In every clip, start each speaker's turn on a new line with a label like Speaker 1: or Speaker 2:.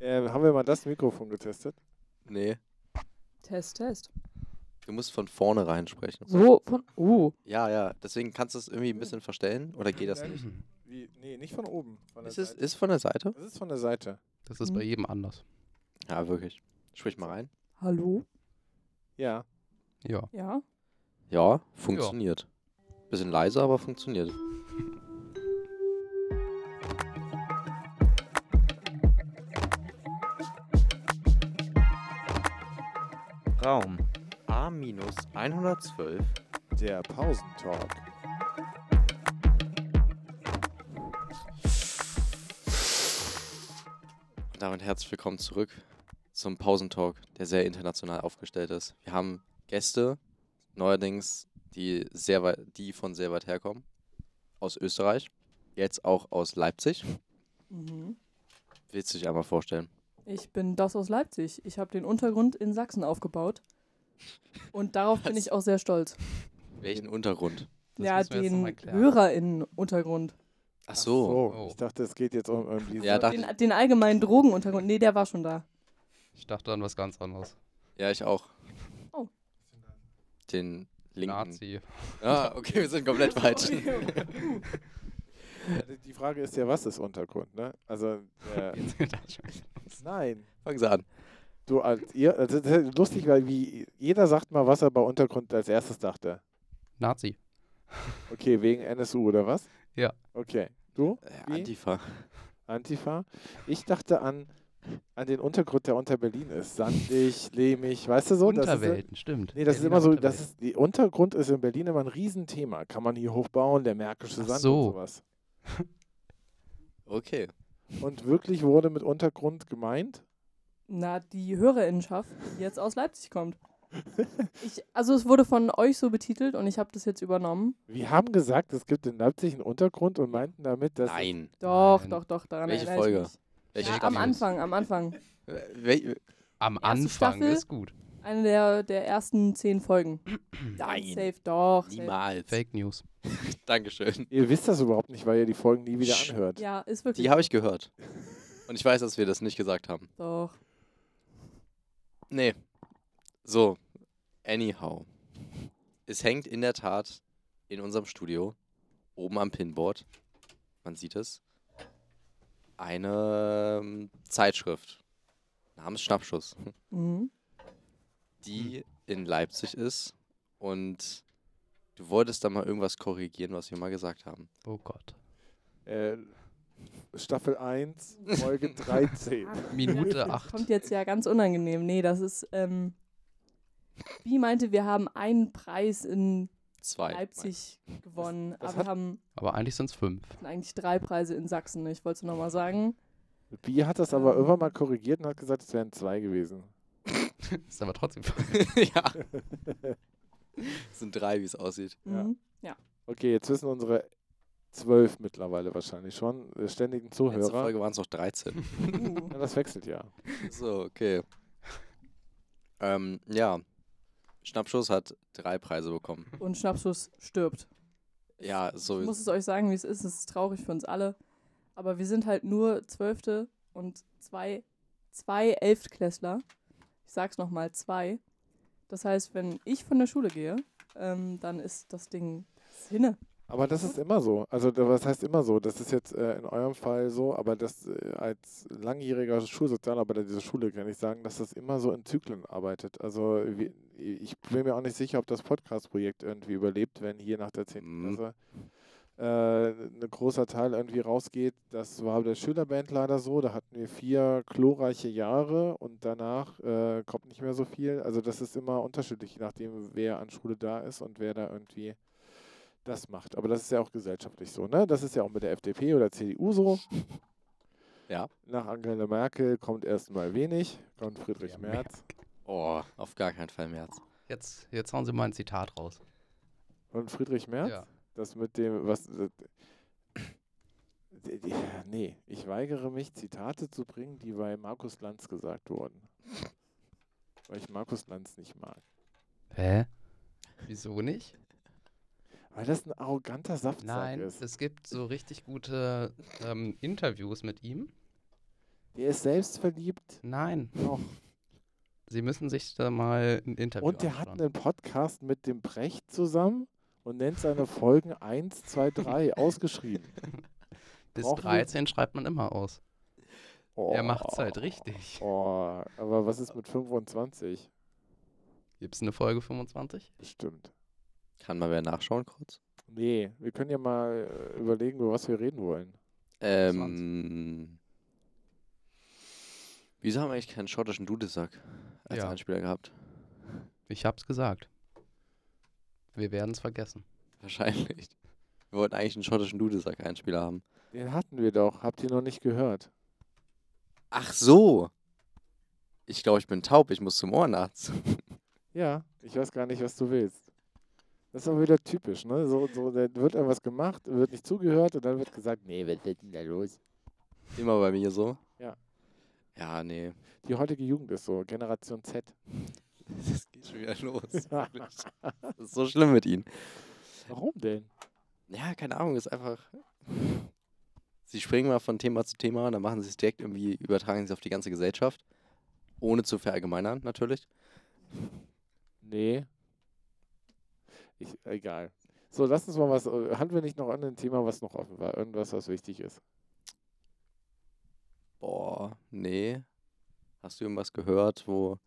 Speaker 1: Ähm, haben wir mal das Mikrofon getestet?
Speaker 2: Nee,
Speaker 3: Test, Test.
Speaker 2: du musst von vorne reinsprechen.
Speaker 3: So, von. Uh.
Speaker 2: Ja, ja, deswegen kannst du es irgendwie ein bisschen verstellen oder geht das nicht?
Speaker 1: Wie, nee, nicht von oben. Von der
Speaker 2: Ist es
Speaker 1: Seite.
Speaker 2: ist von der Seite?
Speaker 1: das ist von der Seite.
Speaker 4: Das ist bei
Speaker 3: Mhm.
Speaker 4: jedem anders.
Speaker 2: Ja, wirklich. Sprich mal rein.
Speaker 3: Hallo?
Speaker 1: Ja.
Speaker 4: Ja.
Speaker 3: Ja?
Speaker 2: Ja, funktioniert. Bisschen leiser, aber funktioniert. Raum A-112.
Speaker 1: Der Pausentalk.
Speaker 2: Und damit herzlich willkommen zurück zum Pausentalk, der sehr international aufgestellt ist. Wir haben Gäste, neuerdings, die, sehr weit, die von sehr weit herkommen. Aus Österreich, jetzt auch aus Leipzig.
Speaker 3: Mhm.
Speaker 2: Willst du dich einmal vorstellen?
Speaker 3: Ich bin das aus Leipzig. Ich habe den Untergrund in Sachsen aufgebaut. Und darauf bin
Speaker 2: Was?
Speaker 3: ich auch sehr stolz.
Speaker 2: Welchen Untergrund?
Speaker 4: Das
Speaker 3: ja,
Speaker 4: müssen wir jetzt noch
Speaker 3: den
Speaker 4: mal klären.
Speaker 3: HörerInnen-Untergrund.
Speaker 2: Ach so.
Speaker 1: Ach so,
Speaker 4: Oh.
Speaker 1: Ich dachte, es geht jetzt um irgendwie.
Speaker 2: Ja,
Speaker 1: so-
Speaker 2: dachte
Speaker 3: Den, den allgemeinen Drogenuntergrund. Nee, der war schon da.
Speaker 4: Ich dachte an was ganz anderes.
Speaker 2: Ja, ich auch.
Speaker 3: Oh.
Speaker 2: Den linken.
Speaker 4: Nazi.
Speaker 2: Ah, okay, wir sind komplett falsch.
Speaker 1: Also, die Frage ist ja, was ist Untergrund, ne? Also, äh, nein.
Speaker 2: Fangen Sie an.
Speaker 1: Du, als ihr, also, das ist lustig, weil wie jeder sagt mal, was er bei Untergrund als erstes dachte.
Speaker 4: Nazi.
Speaker 1: Okay, wegen NSU oder was?
Speaker 4: Ja.
Speaker 1: Okay. Du?
Speaker 2: Äh,
Speaker 1: Wie?
Speaker 2: Antifa.
Speaker 1: Antifa? Ich dachte an, an den Untergrund, der unter Berlin ist. Sandig, lehmig, weißt du so? Das ist-
Speaker 4: Unterwelten, stimmt.
Speaker 1: Nee, das ist
Speaker 4: Berliner
Speaker 1: immer so, das
Speaker 4: Unterwelten.
Speaker 1: ist, die Untergrund ist in Berlin immer ein Riesenthema. Kann man hier hochbauen, der Märkische
Speaker 4: Ach
Speaker 1: Sand
Speaker 4: so.
Speaker 1: und sowas.
Speaker 2: Okay.
Speaker 1: Und wirklich wurde mit Untergrund gemeint?
Speaker 3: Na, die Hörerinnenschaft, die jetzt aus Leipzig kommt. Ich, also es wurde von euch so betitelt und ich habe das jetzt übernommen.
Speaker 1: Wir haben gesagt, es gibt in Leipzig einen Untergrund und meinten damit, dass.
Speaker 2: Nein.
Speaker 3: Doch,
Speaker 4: Nein.
Speaker 3: doch, doch, daran
Speaker 2: Welche
Speaker 3: erinnere
Speaker 2: Folge?
Speaker 3: ich mich.
Speaker 2: Welche
Speaker 3: Ja,
Speaker 4: glaub,
Speaker 3: am
Speaker 4: ich-
Speaker 2: Staffel?
Speaker 3: Anfang, am Anfang.
Speaker 2: Äh, wel-
Speaker 4: Am
Speaker 3: erste
Speaker 4: Anfang
Speaker 3: Staffel.
Speaker 4: ist gut.
Speaker 3: Eine der, der ersten zehn Folgen.
Speaker 2: Nein.
Speaker 3: Safe, doch. Safe.
Speaker 2: Niemals.
Speaker 4: Fake News.
Speaker 2: Dankeschön.
Speaker 1: Ihr wisst das überhaupt nicht, weil ihr die Folgen nie wieder
Speaker 2: Sch-
Speaker 1: anhört.
Speaker 3: Ja, ist wirklich.
Speaker 2: Die habe ich gehört. Und ich weiß, dass wir das nicht gesagt haben.
Speaker 3: Doch.
Speaker 2: Nee. So, anyhow. Es hängt in der Tat in unserem Studio, oben am Pinboard, man sieht es, eine ähm, Zeitschrift namens Schnappschuss,
Speaker 3: Mhm.
Speaker 2: die in Leipzig ist und du wolltest da mal irgendwas korrigieren, was wir mal gesagt haben.
Speaker 4: Oh Gott.
Speaker 1: Äh, Staffel 1, Folge 13.
Speaker 4: Minute
Speaker 3: Das
Speaker 4: 8.
Speaker 3: kommt jetzt ja ganz unangenehm. Nee, das ist. Ähm, wie meinte, wir haben einen Preis in
Speaker 2: Zwei.
Speaker 3: Leipzig gewonnen,
Speaker 1: das
Speaker 3: aber
Speaker 1: hat-
Speaker 3: haben
Speaker 4: Aber eigentlich sind es fünf.
Speaker 3: eigentlich drei Preise in Sachsen. Ich wollte es nochmal sagen.
Speaker 1: Bi hat das aber irgendwann mal korrigiert und hat gesagt, es wären zwei gewesen.
Speaker 4: Ist aber trotzdem
Speaker 2: ja. Es sind drei, wie es aussieht.
Speaker 1: Ja.
Speaker 3: Mhm.
Speaker 1: Okay, jetzt wissen unsere zwölf mittlerweile wahrscheinlich schon, äh, ständigen
Speaker 2: Letzte
Speaker 1: Zuhörer.
Speaker 2: Folge waren es noch 13.
Speaker 3: Uh.
Speaker 1: Ja, das wechselt ja.
Speaker 2: So, okay. Ähm, ja. Schnappschuss hat drei Preise bekommen.
Speaker 3: Und Schnappschuss stirbt.
Speaker 2: Ja,
Speaker 3: Ich
Speaker 2: sowieso.
Speaker 3: muss es euch sagen, wie es ist. Es ist traurig für uns alle. Aber wir sind halt nur Zwölfte und zwei, zwei Elftklässler. Ich sag's nochmal, zwei. Das heißt, wenn ich von der Schule gehe, ähm, dann ist das Ding das hinne.
Speaker 1: Aber das ist immer so. Also da- was heißt immer so? Das ist jetzt äh, in eurem Fall so, aber das äh, als langjähriger Schulsozialarbeiter dieser Schule kann ich sagen, dass das immer so in Zyklen arbeitet. Also wie, ich bin mir auch nicht sicher, ob das Podcast-Projekt irgendwie überlebt, wenn hier nach der 10.
Speaker 2: Mhm.
Speaker 1: Klasse äh, ein großer Teil irgendwie rausgeht. Das war bei der Schülerband leider so. Da hatten wir vier glorreiche Jahre und danach äh, kommt nicht mehr so viel. Also das ist immer unterschiedlich, je nachdem, wer an Schule da ist und wer da irgendwie das macht. Aber das ist ja auch gesellschaftlich so, ne? Das ist ja auch mit der FDP oder CDU so.
Speaker 2: Ja.
Speaker 1: Nach Angela Merkel kommt erstmal wenig, kommt Friedrich
Speaker 4: Ja,
Speaker 1: Merz.
Speaker 2: Oh, auf gar keinen Fall März.
Speaker 4: Jetzt, jetzt hauen sie mal ein Zitat raus.
Speaker 1: Und Friedrich Merz?
Speaker 4: Ja.
Speaker 1: Das mit dem, was. d- d- d- Nee, ich weigere mich, Zitate zu bringen, die bei Markus Lanz gesagt wurden. Weil ich Markus Lanz nicht mag.
Speaker 4: Hä? Wieso nicht?
Speaker 1: Weil das ein arroganter Saftsack
Speaker 4: Nein,
Speaker 1: ist.
Speaker 4: es gibt so richtig gute ähm, Interviews mit ihm.
Speaker 1: Der ist selbstverliebt
Speaker 4: Nein,
Speaker 1: noch.
Speaker 4: Sie müssen sich da mal ein Interview
Speaker 1: Und der hat
Speaker 4: anschauen.
Speaker 1: einen Podcast mit dem Brecht zusammen und nennt seine Folgen 1, 2, 3 ausgeschrieben.
Speaker 4: Bis
Speaker 1: brauchen wir-
Speaker 4: 13 schreibt man immer aus.
Speaker 1: Oh,
Speaker 4: Er macht's halt richtig.
Speaker 1: Oh, aber was ist mit 25?
Speaker 4: Gibt's eine Folge 25?
Speaker 1: Bestimmt.
Speaker 2: Kann mal wer nachschauen kurz?
Speaker 1: Nee, wir können ja mal äh, überlegen, über was wir reden wollen.
Speaker 2: Ähm. Wieso haben wir eigentlich keinen schottischen Dudelsack als
Speaker 4: Ja.
Speaker 2: Einspieler gehabt?
Speaker 4: Ich hab's gesagt. Wir werden's vergessen.
Speaker 2: Wahrscheinlich. Wir wollten eigentlich einen schottischen Dudelsack Einspieler haben.
Speaker 1: Den hatten wir doch, habt ihr noch nicht gehört.
Speaker 2: Ach so. Ich glaube, ich bin taub. Ich muss zum Ohrenarzt.
Speaker 1: Ja, ich weiß gar nicht, was du willst. Das ist aber wieder typisch, ne? So, so da wird irgendwas gemacht, wird nicht zugehört und dann wird gesagt, nee, was ist denn da los?
Speaker 2: Immer bei mir so.
Speaker 1: Ja.
Speaker 2: Ja, nee.
Speaker 1: Die heutige Jugend ist so, Generation Z.
Speaker 2: Das geht schon wieder los. wirklich. Das ist so schlimm mit ihnen.
Speaker 1: Warum denn?
Speaker 2: Ja, keine Ahnung, ist einfach. Sie springen mal von Thema zu Thema und dann machen sie es direkt irgendwie, übertragen sie es auf die ganze Gesellschaft. Ohne zu verallgemeinern, natürlich.
Speaker 1: Nee. Ich, egal. So, lass uns mal was, äh, haben wir nicht noch ein Thema, was noch offen war? Irgendwas, was wichtig ist?
Speaker 2: Boah, nee. Hast du irgendwas gehört, wo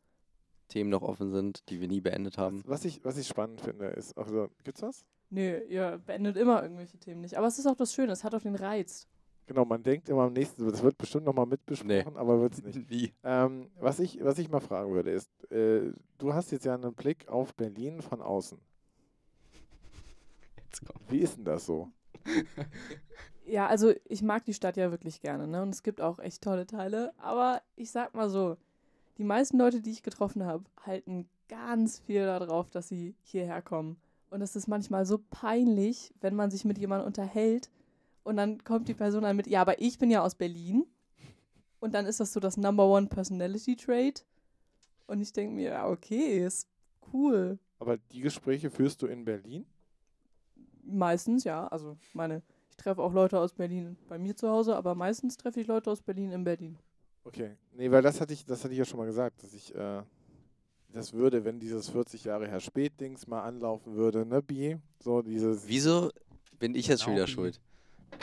Speaker 2: Themen noch offen sind, die wir nie beendet haben?
Speaker 1: Was ich, was ich spannend finde, ist, also, gibt's was?
Speaker 3: Nö, ihr beendet immer irgendwelche Themen nicht. Aber es ist auch das Schöne, es hat auch den Reiz.
Speaker 1: Genau, man denkt immer am nächsten, das wird bestimmt nochmal mitbesprochen, aber wird's nicht.
Speaker 2: Wie?
Speaker 1: Ähm, was, ich, was ich mal fragen würde, ist, äh, du hast jetzt ja einen Blick auf Berlin von außen.
Speaker 4: Jetzt kommt.
Speaker 1: Wie ist denn das so?
Speaker 3: Ja, also ich mag die Stadt ja wirklich gerne, ne? Und es gibt auch echt tolle Teile. Aber ich sag mal so, die meisten Leute, die ich getroffen habe, halten ganz viel darauf, dass sie hierher kommen. Und es ist manchmal so peinlich, wenn man sich mit jemandem unterhält und dann kommt die Person dann mit, ja, aber ich bin ja aus Berlin. Und dann ist das so das Number One Personality Trait. Und ich denke mir, ja, okay, ist cool.
Speaker 1: Aber die Gespräche führst du in Berlin?
Speaker 3: Meistens, ja. Also meine, ich treffe auch Leute aus Berlin bei mir zu Hause, aber meistens treffe ich Leute aus Berlin in Berlin.
Speaker 1: Okay. Nee, weil das hatte ich, das hatte ich ja schon mal gesagt, dass ich äh, das würde, wenn dieses 40 Jahre Herr Spät-Dings mal anlaufen würde, ne, Bi? So dieses.
Speaker 2: Wieso bin ich jetzt schon wieder
Speaker 4: Genau.
Speaker 2: schuld?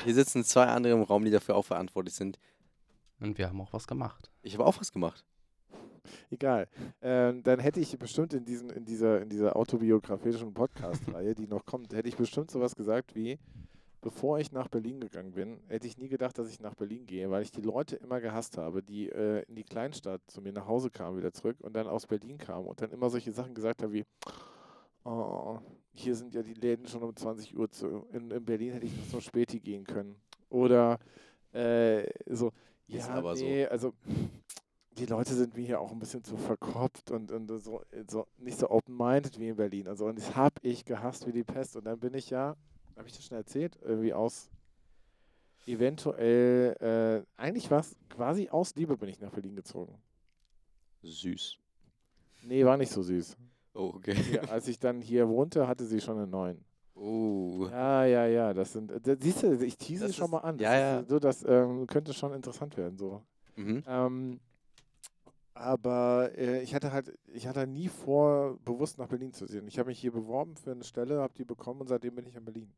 Speaker 2: Hier sitzen zwei andere im Raum, die dafür auch verantwortlich sind.
Speaker 4: Und wir haben auch was gemacht.
Speaker 2: Ich habe auch was gemacht.
Speaker 1: Egal. Ähm, dann hätte ich bestimmt in, diesen, in, dieser, in dieser autobiografischen Podcast-Reihe, die noch kommt, hätte ich bestimmt sowas gesagt wie, bevor ich nach Berlin gegangen bin, hätte ich nie gedacht, dass ich nach Berlin gehe, weil ich die Leute immer gehasst habe, die äh, in die Kleinstadt zu mir nach Hause kamen, wieder zurück und dann aus Berlin kamen und dann immer solche Sachen gesagt haben wie, oh, hier sind ja die Läden schon um 20 Uhr zu, in, in Berlin hätte ich bis zum Späti gehen können. Oder äh, so,
Speaker 2: Ist
Speaker 1: ja,
Speaker 2: aber so.
Speaker 1: nee, also die Leute sind mir hier auch ein bisschen zu verkopft und, und so, so nicht so open-minded wie in Berlin. Also, und das habe ich gehasst wie die Pest. Und dann bin ich ja, habe ich das schon erzählt, irgendwie aus eventuell, äh, eigentlich war es quasi aus Liebe bin ich nach Berlin gezogen.
Speaker 2: Süß.
Speaker 1: Nee, war nicht so süß.
Speaker 2: Oh, okay.
Speaker 1: Ja, als ich dann hier wohnte, hatte sie schon einen neuen.
Speaker 2: Oh.
Speaker 1: Ja, ja, ja, das sind, da, siehst du, ich tease
Speaker 2: Das
Speaker 1: schon
Speaker 2: ist-
Speaker 1: mal an. Das
Speaker 2: ja,
Speaker 1: ist So, das ähm, könnte schon interessant werden, so.
Speaker 2: Mhm.
Speaker 1: Ähm, aber äh, ich hatte halt, ich hatte nie vor, bewusst nach Berlin zu ziehen. Ich habe mich hier beworben für eine Stelle, habe die bekommen und seitdem bin ich in Berlin.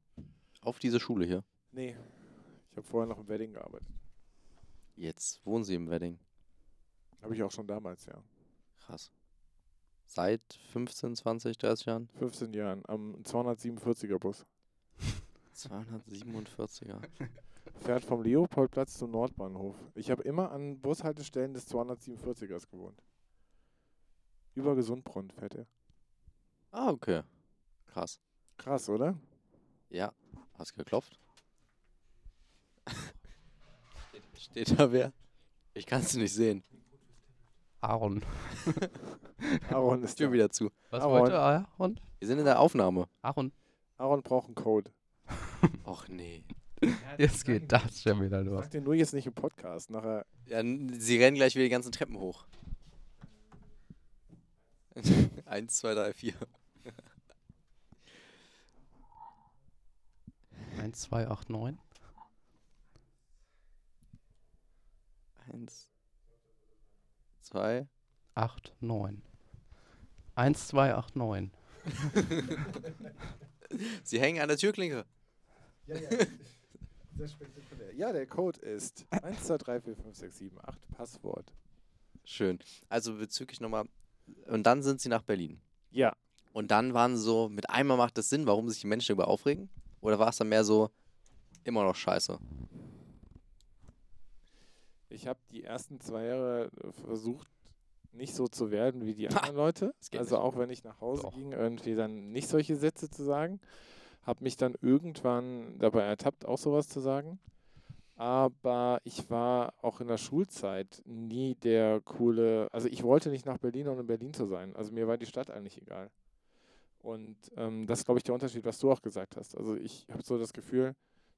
Speaker 2: Auf diese Schule hier.
Speaker 1: Nee, ich habe vorher noch im Wedding gearbeitet.
Speaker 2: Jetzt wohnen sie im Wedding.
Speaker 1: Habe ich auch schon damals, ja.
Speaker 2: Krass. Seit 15, 20, 30 Jahren?
Speaker 1: 15 Jahren am 247er Bus.
Speaker 2: 247er.
Speaker 1: Fährt vom Leopoldplatz zum Nordbahnhof. Ich habe immer an Bushaltestellen des 247ers gewohnt. Über Gesundbronn fährt er.
Speaker 2: Ah, okay. Krass.
Speaker 1: Krass, oder?
Speaker 2: Ja. Hast geklopft? steht, steht da wer? Ich kann es nicht sehen.
Speaker 4: Aaron.
Speaker 1: Aaron ist
Speaker 2: Tür
Speaker 1: da.
Speaker 2: wieder zu.
Speaker 4: Was
Speaker 1: Aaron.
Speaker 4: wollte Aaron?
Speaker 2: Wir sind in der Aufnahme.
Speaker 4: Aaron.
Speaker 1: Aaron braucht einen Code.
Speaker 2: Och nee.
Speaker 4: Jetzt geht das schon wieder los.
Speaker 1: Sag den nur jetzt nicht im Podcast. Nachher
Speaker 2: Ja, n- sie rennen gleich wieder die ganzen Treppen hoch. Eins, zwei, drei, vier.
Speaker 4: 1, 2, 8, 9.
Speaker 2: Eins, zwei.
Speaker 4: 8, 9. 1, 2, 8, 9.
Speaker 2: Sie hängen an der Türklinke.
Speaker 1: Ja, ja. Sehr spektakulär. Ja, der Code ist 1, 2, 3, 4, 5, 6, 7, 8. Passwort.
Speaker 2: Schön. Also bezüglich nochmal. Und dann sind sie nach Berlin.
Speaker 1: Ja.
Speaker 2: Und dann waren sie so, mit einmal macht das Sinn, warum sich die Menschen darüber aufregen? Oder war es dann mehr so, immer noch scheiße?
Speaker 1: Ich habe die ersten zwei Jahre äh, versucht, nicht so zu werden wie die anderen Leute.
Speaker 2: das geht
Speaker 1: Also
Speaker 2: nicht.
Speaker 1: auch wenn ich nach Hause
Speaker 4: Doch.
Speaker 1: ging, irgendwie dann nicht solche Sätze zu sagen. Habe mich dann irgendwann dabei ertappt, auch sowas zu sagen. Aber ich war auch in der Schulzeit nie der coole. Also ich wollte nicht nach Berlin, um in Berlin zu sein. Also mir war die Stadt eigentlich egal. Und ähm, das ist, glaube ich, der Unterschied, was du auch gesagt hast. Also ich habe so das Gefühl,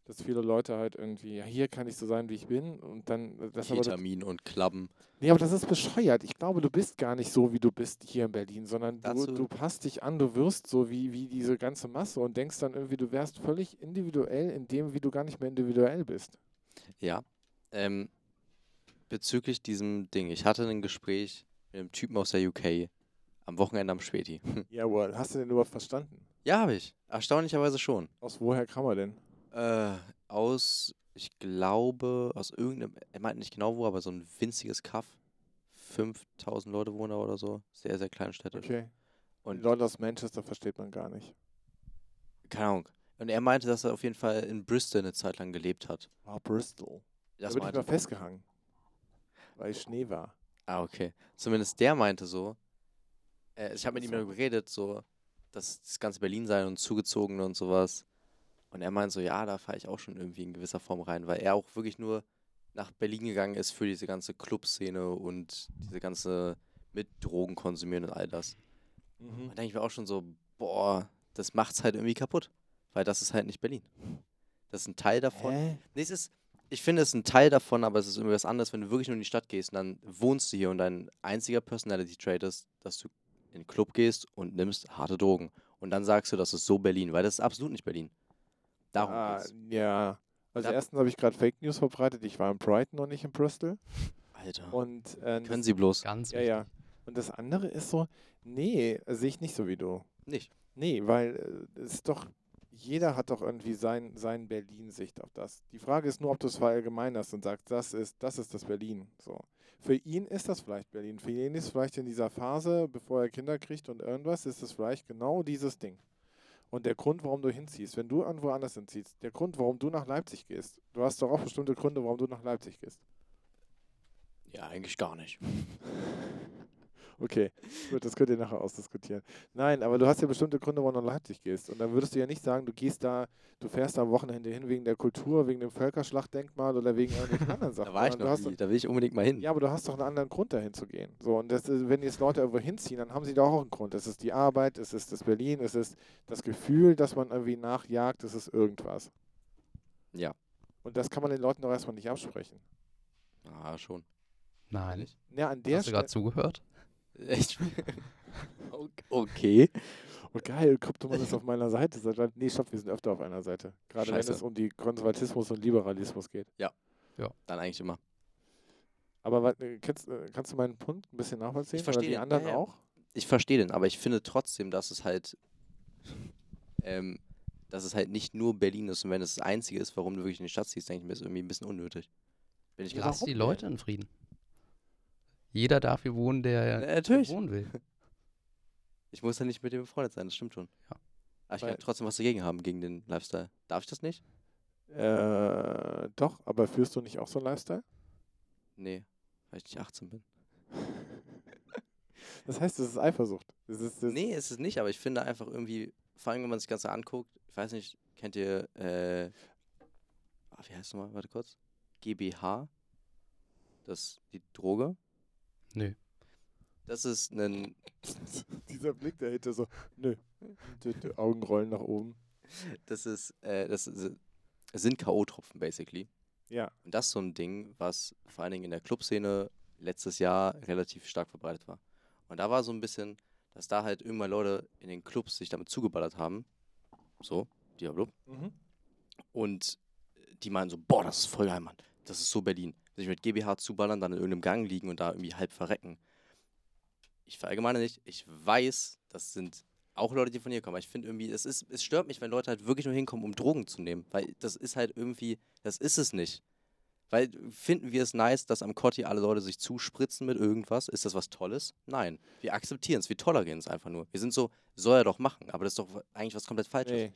Speaker 1: dass viele Leute halt irgendwie, ja, hier kann ich so sein, wie ich bin. Und dann, äh, das ist aber
Speaker 2: Ketamin und Klappen.
Speaker 1: Nee, aber das ist bescheuert. Ich glaube, du bist gar nicht so, wie du bist hier in Berlin, sondern du,
Speaker 2: Dazu-
Speaker 1: du passt dich an, du wirst so wie, wie diese ganze Masse und denkst dann irgendwie, du wärst völlig individuell in dem, wie du gar nicht mehr individuell bist.
Speaker 2: Ja. Ähm, bezüglich diesem Ding. Ich hatte ein Gespräch mit einem Typen aus der UK am Wochenende am Späti.
Speaker 1: Jawohl. Hast du den überhaupt verstanden?
Speaker 2: ja, habe ich. Erstaunlicherweise schon.
Speaker 1: Aus woher kam er denn?
Speaker 2: Äh, aus, ich glaube, aus irgendeinem, er meint nicht genau wo, aber so ein winziges Kaff. 5000 Leute wohnen da oder so. Sehr, sehr kleine Städte.
Speaker 1: Okay. Und
Speaker 2: Und
Speaker 1: Leute aus Manchester versteht man gar nicht.
Speaker 2: keine Ahnung. Und er meinte, dass er auf jeden Fall in Bristol eine Zeit lang gelebt hat.
Speaker 1: Ah, Bristol.
Speaker 2: Das
Speaker 1: da bin ich
Speaker 2: meinte
Speaker 1: mal festgehangen. Weil Schnee war.
Speaker 2: Ah, okay. Zumindest der meinte so. Äh, ich habe mit ihm
Speaker 1: So.
Speaker 2: darüber geredet, so, dass das ganze Berlin sein und Zugezogene und sowas. Und er meint so, ja, da fahre ich auch schon irgendwie in gewisser Form rein, weil er auch wirklich nur nach Berlin gegangen ist für diese ganze Clubszene und diese ganze mit Drogen konsumieren und all das. Und
Speaker 1: Mhm.
Speaker 2: da denke ich mir auch schon so, boah, das macht's halt irgendwie kaputt. Weil das ist halt nicht Berlin. Das ist ein Teil davon.
Speaker 1: Hä?
Speaker 2: Nee, es ist, ich finde, es ist ein Teil davon, aber es ist irgendwie was anderes, wenn du wirklich nur in die Stadt gehst und dann wohnst du hier und dein einziger Personality-Trait ist, dass du in den Club gehst und nimmst harte Drogen. Und dann sagst du, das ist so Berlin, weil das ist absolut nicht Berlin. Darum
Speaker 1: Ah,
Speaker 2: geht's.
Speaker 1: ja. Also
Speaker 2: Da-
Speaker 1: erstens habe ich gerade Fake News verbreitet. Ich war in Brighton und nicht in Bristol.
Speaker 2: Alter.
Speaker 1: Und äh, das
Speaker 2: Ah. Können sie bloß
Speaker 4: Ganz
Speaker 1: Ja, ja. Und das andere ist so, nee, äh, sehe ich nicht so wie du.
Speaker 2: nicht.
Speaker 1: Nee, weil äh, es ist doch, jeder hat doch irgendwie sein, sein Berlin-Sicht auf das. Die Frage ist nur, ob du es verallgemeinerst und sagst, das ist, das ist das Berlin. So. Für ihn ist das vielleicht Berlin. Für ihn ist vielleicht in dieser Phase, bevor er Kinder kriegt und irgendwas, ist es vielleicht genau dieses Ding. Und der Grund, warum du hinziehst, wenn du an woanders hinziehst, der Grund, warum du nach Leipzig gehst, du hast doch auch bestimmte Gründe, warum du nach Leipzig gehst.
Speaker 2: Ja, eigentlich gar nicht.
Speaker 1: Okay, gut, das könnt ihr nachher ausdiskutieren. Nein, aber du hast ja bestimmte Gründe, warum du nach Leipzig gehst. Und dann würdest du ja nicht sagen, du gehst da, du fährst da am Wochenende hin wegen der Kultur, wegen dem Völkerschlachtdenkmal oder wegen irgendwelchen anderen Sachen.
Speaker 2: Da war ich
Speaker 1: sondern du
Speaker 2: noch
Speaker 1: hast
Speaker 2: nie. Da will ich unbedingt mal hin.
Speaker 1: doch- Ja, aber du hast doch einen anderen Grund, dahin zu gehen. So, und das, ist- wenn jetzt Leute irgendwo hinziehen, dann haben sie doch auch einen Grund. Es ist die Arbeit, es ist das Berlin, es ist das Gefühl, dass man irgendwie nachjagt, es ist irgendwas.
Speaker 2: Ja.
Speaker 1: Und das kann man den Leuten doch erstmal nicht absprechen.
Speaker 2: Ah, schon.
Speaker 4: Nein.
Speaker 1: Ja, an der
Speaker 4: Hast du
Speaker 1: Stelle.
Speaker 4: gerade zugehört?
Speaker 2: Echt? Ok- okay.
Speaker 1: Oh geil, Kryptomann ist auf meiner Seite. Seit wann- Nee, stopp, wir sind öfter auf einer Seite. Gerade
Speaker 2: Scheiße.
Speaker 1: wenn es um die Konservatismus und Liberalismus geht.
Speaker 2: Dann eigentlich immer.
Speaker 1: Aber wa- äh, kennst, äh, kannst du meinen Punkt ein bisschen nachvollziehen?
Speaker 2: Ich verstehe
Speaker 1: Oder die
Speaker 2: den.
Speaker 1: anderen
Speaker 2: Ja, ja.
Speaker 1: auch?
Speaker 2: ich verstehe den, aber ich finde trotzdem, dass es halt, ähm, dass es halt nicht nur Berlin ist und wenn es das Einzige ist, warum du wirklich in die Stadt ziehst, denke ich mir, ist irgendwie ein bisschen unnötig. Bin ich
Speaker 1: Ja,
Speaker 4: Lass
Speaker 1: warum
Speaker 4: die
Speaker 1: denn?
Speaker 4: Leute in Frieden. Jeder darf hier wohnen, der
Speaker 2: Äh, natürlich.
Speaker 4: wohnen will.
Speaker 2: Ich muss ja nicht mit dir befreundet sein, das stimmt schon.
Speaker 4: Ja.
Speaker 2: Aber ich
Speaker 1: Weil-
Speaker 2: kann trotzdem was dagegen haben, gegen den Lifestyle. Darf ich das nicht?
Speaker 1: Äh, doch, aber führst du nicht auch so einen Lifestyle?
Speaker 2: Nee, weil ich nicht 18 bin.
Speaker 1: Das heißt, es ist Eifersucht. Das ist, das
Speaker 2: Nee, ist es nicht, aber ich finde einfach irgendwie, vor allem wenn man sich das Ganze anguckt, ich weiß nicht, kennt ihr, äh, ah, wie heißt es nochmal, warte kurz, GBH, das, die Droge?
Speaker 4: Nö.
Speaker 2: Das ist ein,
Speaker 1: Dieser Blick dahinter so, nö. Die, die Augen rollen nach oben.
Speaker 2: das ist, äh, das ist, es sind K.O.-Tropfen, basically.
Speaker 1: Ja.
Speaker 2: Und das ist so ein Ding, was vor allen Dingen in der Clubszene letztes Jahr relativ stark verbreitet war. Und da war so ein bisschen, dass da halt irgendwann Leute in den Clubs sich damit zugeballert haben. So, Mhm. äh, Diablo. Und die meinen so, boah, das ist voll geil, Mann. Das ist so Berlin. sich mit GBH zuballern, dann in irgendeinem Gang liegen und da irgendwie halb verrecken. Ich verallgemeine nicht. Ich weiß, das sind auch Leute, die von hier kommen. Aber ich finde irgendwie, es, ist, es stört mich, wenn Leute halt wirklich nur hinkommen, um Drogen zu nehmen. Weil das ist halt irgendwie, das ist es nicht. Weil finden wir es nice, dass am Kotti alle Leute sich zuspritzen mit irgendwas? Ist das was Tolles? Nein. Wir akzeptieren es, wir tolerieren es einfach nur. Wir sind so, soll er doch machen, aber das ist doch eigentlich was komplett Falsches.
Speaker 1: Nee.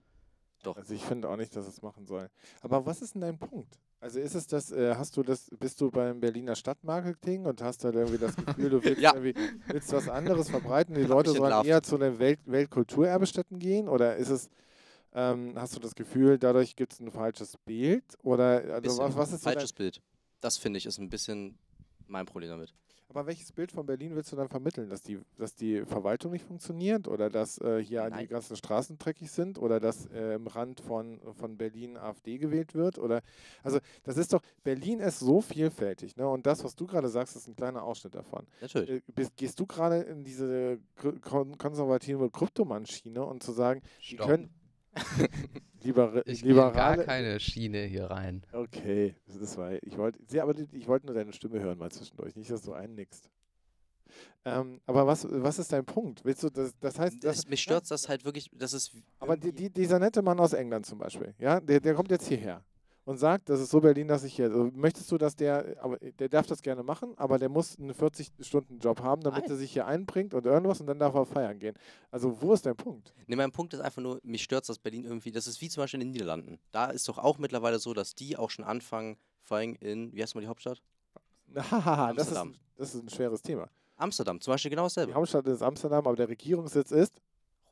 Speaker 2: Doch.
Speaker 1: Also ich finde auch nicht, dass es machen soll. Aber was ist denn dein Punkt? Also ist es das, äh, hast du das, bist du beim Berliner Stadtmarketing und hast da irgendwie das Gefühl, du willst
Speaker 2: Ja.
Speaker 1: irgendwie willst was anderes verbreiten, die
Speaker 2: Hab
Speaker 1: Leute
Speaker 2: mich
Speaker 1: sollen
Speaker 2: entlarvt.
Speaker 1: eher zu den Welt Weltkulturerbestätten gehen? Oder ist es, ähm, hast du das Gefühl, dadurch gibt es ein falsches Bild? Oder also
Speaker 2: Bisschen
Speaker 1: was, was ist so dein,
Speaker 2: Falsches Bild. Das finde ich ist ein bisschen mein Problem damit.
Speaker 1: Aber welches Bild von Berlin willst du dann vermitteln? Dass die, dass die Verwaltung nicht funktioniert oder dass äh, hier an die
Speaker 2: Nein.
Speaker 1: ganzen Straßen dreckig sind oder dass äh, im Rand von, von Berlin AfD gewählt wird? Oder also das ist doch, Berlin ist so vielfältig, ne? Und das, was du gerade sagst, ist ein kleiner Ausschnitt davon.
Speaker 2: Natürlich.
Speaker 1: Äh, bist, gehst du gerade in diese gr- kon konservative Kryptomann-Schiene und zu sagen, die können libera
Speaker 4: ich gehe in gar
Speaker 1: liberale.
Speaker 4: keine Schiene hier rein.
Speaker 1: Okay, das war, ich wollte, ja, aber die- ich wollte nur deine Stimme hören mal zwischendurch, nicht, dass du einnickst. Ähm, aber was, was ist dein Punkt? Willst du, das, das heißt, das,
Speaker 2: das, mich stört das halt wirklich, das ist.
Speaker 1: aber die,
Speaker 2: irgendwie-
Speaker 1: die, dieser nette Mann aus England zum Beispiel, ja, der, der kommt jetzt hierher und sagt, das ist so Berlin, dass ich hier, also möchtest du, dass der, aber der darf das gerne machen, aber der muss einen 40-Stunden-Job haben, damit
Speaker 2: Nein.
Speaker 1: er sich hier einbringt und irgendwas und dann darf er feiern gehen. Also wo ist dein Punkt?
Speaker 2: Nee, mein Punkt ist einfach nur, mich stört dass Berlin irgendwie, das ist wie zum Beispiel in den Niederlanden. Da ist doch auch mittlerweile so, dass die auch schon anfangen, vor allem in, wie heißt mal die Hauptstadt?
Speaker 1: Hahaha, das ist,
Speaker 2: Amsterdam.
Speaker 1: das ist ein schweres Thema.
Speaker 2: Amsterdam, zum Beispiel genau
Speaker 1: Die
Speaker 2: dasselbe.
Speaker 1: Hauptstadt ist Amsterdam, aber der Regierungssitz ist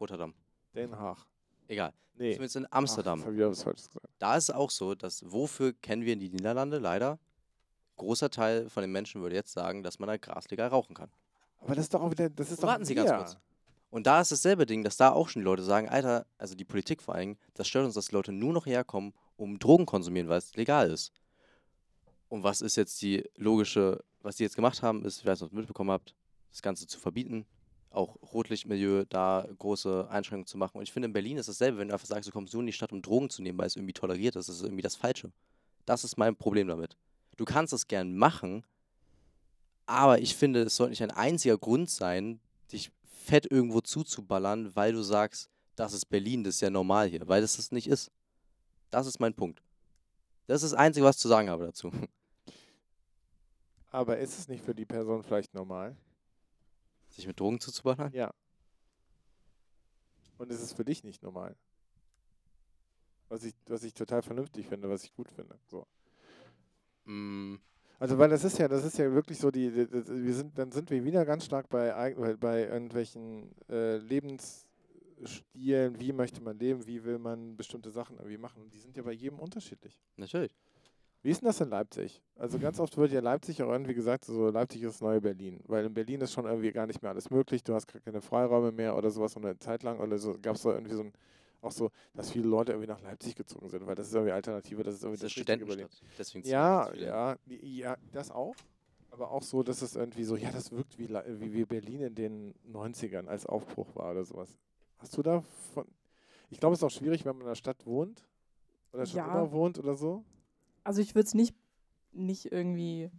Speaker 2: Rotterdam.
Speaker 1: Den Haag.
Speaker 2: Egal.
Speaker 1: Nee.
Speaker 2: Zumindest in
Speaker 1: Ach,
Speaker 2: Amsterdam.
Speaker 1: jetzt hab ich wieder was Falsches gesagt.
Speaker 2: da ist es auch so, dass wofür kennen wir die Niederlande leider? Großer Teil von den Menschen würde jetzt sagen, dass man da Gras legal rauchen kann.
Speaker 1: Aber das ist doch auch wieder. Das ist doch
Speaker 2: Warten Sie ganz
Speaker 1: wir.
Speaker 2: kurz. Und da ist dasselbe Ding, dass da auch schon die Leute sagen, Alter, also die Politik vor allen Dingen, das stört uns, dass die Leute nur noch herkommen, um Drogen konsumieren, weil es legal ist. Und was ist jetzt die logische, was die jetzt gemacht haben, ist, ich weiß nicht, ob ihr mitbekommen habt, das Ganze zu verbieten, auch Rotlichtmilieu da große Einschränkungen zu machen. Und ich finde, in Berlin ist dasselbe, wenn du einfach sagst, du kommst nur in die Stadt, um Drogen zu nehmen, weil es irgendwie toleriert ist, das ist irgendwie das Falsche. Das ist mein Problem damit. Du kannst es gern machen, aber ich finde, es sollte nicht ein einziger Grund sein, dich fett irgendwo zuzuballern, weil du sagst, das ist Berlin, das ist ja normal hier, weil das das nicht ist. Das ist mein Punkt. Das ist das Einzige, was ich zu sagen habe dazu.
Speaker 1: Aber ist es nicht für die Person vielleicht normal?
Speaker 2: Sich mit Drogen zuzuballern?
Speaker 1: Ja. Und ist es für dich nicht normal? Was ich, was ich total vernünftig finde, was ich gut finde. So.
Speaker 2: Mm,
Speaker 1: Also weil das ist ja, das ist ja wirklich so die, die- das- wir sind, dann sind wir wieder ganz stark bei, eig- bei- bei irgendwelchen äh, Lebensstilen, wie möchte man leben, wie will man bestimmte Sachen irgendwie machen. Und die sind ja bei jedem unterschiedlich.
Speaker 2: natürlich.
Speaker 1: Wie ist denn das in Leipzig? Also ganz oft wird ja Leipzig auch irgendwie gesagt, so Leipzig ist das neue Berlin, weil in Berlin ist schon irgendwie gar nicht mehr alles möglich, du hast gar keine Freiräume mehr oder sowas und eine Zeit lang oder so gab es so irgendwie so ein, auch so, dass viele Leute irgendwie nach Leipzig gezogen sind, weil das ist irgendwie Alternative, das ist irgendwie
Speaker 2: Das
Speaker 1: das
Speaker 2: ist
Speaker 1: richtige Berlin.
Speaker 2: Studentenstadt. Deswegen ziehen ganz
Speaker 1: Ja,
Speaker 2: viele hin.
Speaker 1: ja, die- ja, das auch. Aber auch so, dass es irgendwie so, ja, das wirkt wie, La- wie, wie Berlin in den 90ern als Aufbruch war oder sowas. Hast du da von. Ich glaube, es ist auch schwierig, wenn man in der Stadt wohnt oder schon
Speaker 3: Ja.
Speaker 1: immer wohnt oder so.
Speaker 3: Also ich würde es nicht, nicht irgendwie.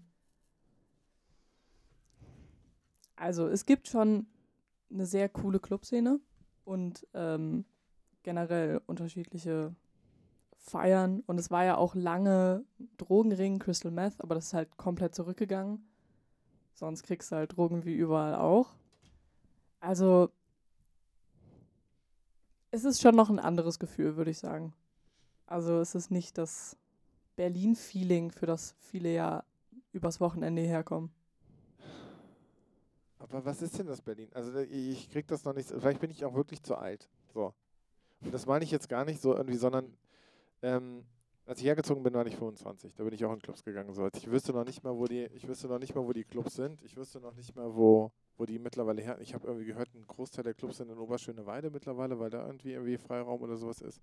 Speaker 3: Also es gibt schon eine sehr coole Clubszene und ähm, generell unterschiedliche Feiern. Und es war ja auch lange Drogenring, Crystal Meth, aber das ist halt komplett zurückgegangen. Sonst kriegst du halt Drogen wie überall auch. Also es ist schon noch ein anderes Gefühl, würde ich sagen. Also es ist nicht das Berlin-Feeling, für das viele ja übers Wochenende herkommen.
Speaker 1: Aber was ist denn das Berlin? Also da- ich krieg das noch nicht. Vielleicht bin ich auch wirklich zu alt. So. Und das meine ich jetzt gar nicht so irgendwie, sondern ähm, als ich hergezogen bin, war ich 25. Da bin ich auch in Clubs gegangen. So. Also, Ich wüsste noch nicht mal, wo die, ich wüsste noch nicht mal, wo die Clubs sind. Ich wüsste noch nicht mal, wo, wo die mittlerweile her. Ich habe irgendwie gehört, ein Großteil der Clubs sind in Oberschöneweide mittlerweile, weil da irgendwie irgendwie Freiraum oder sowas ist.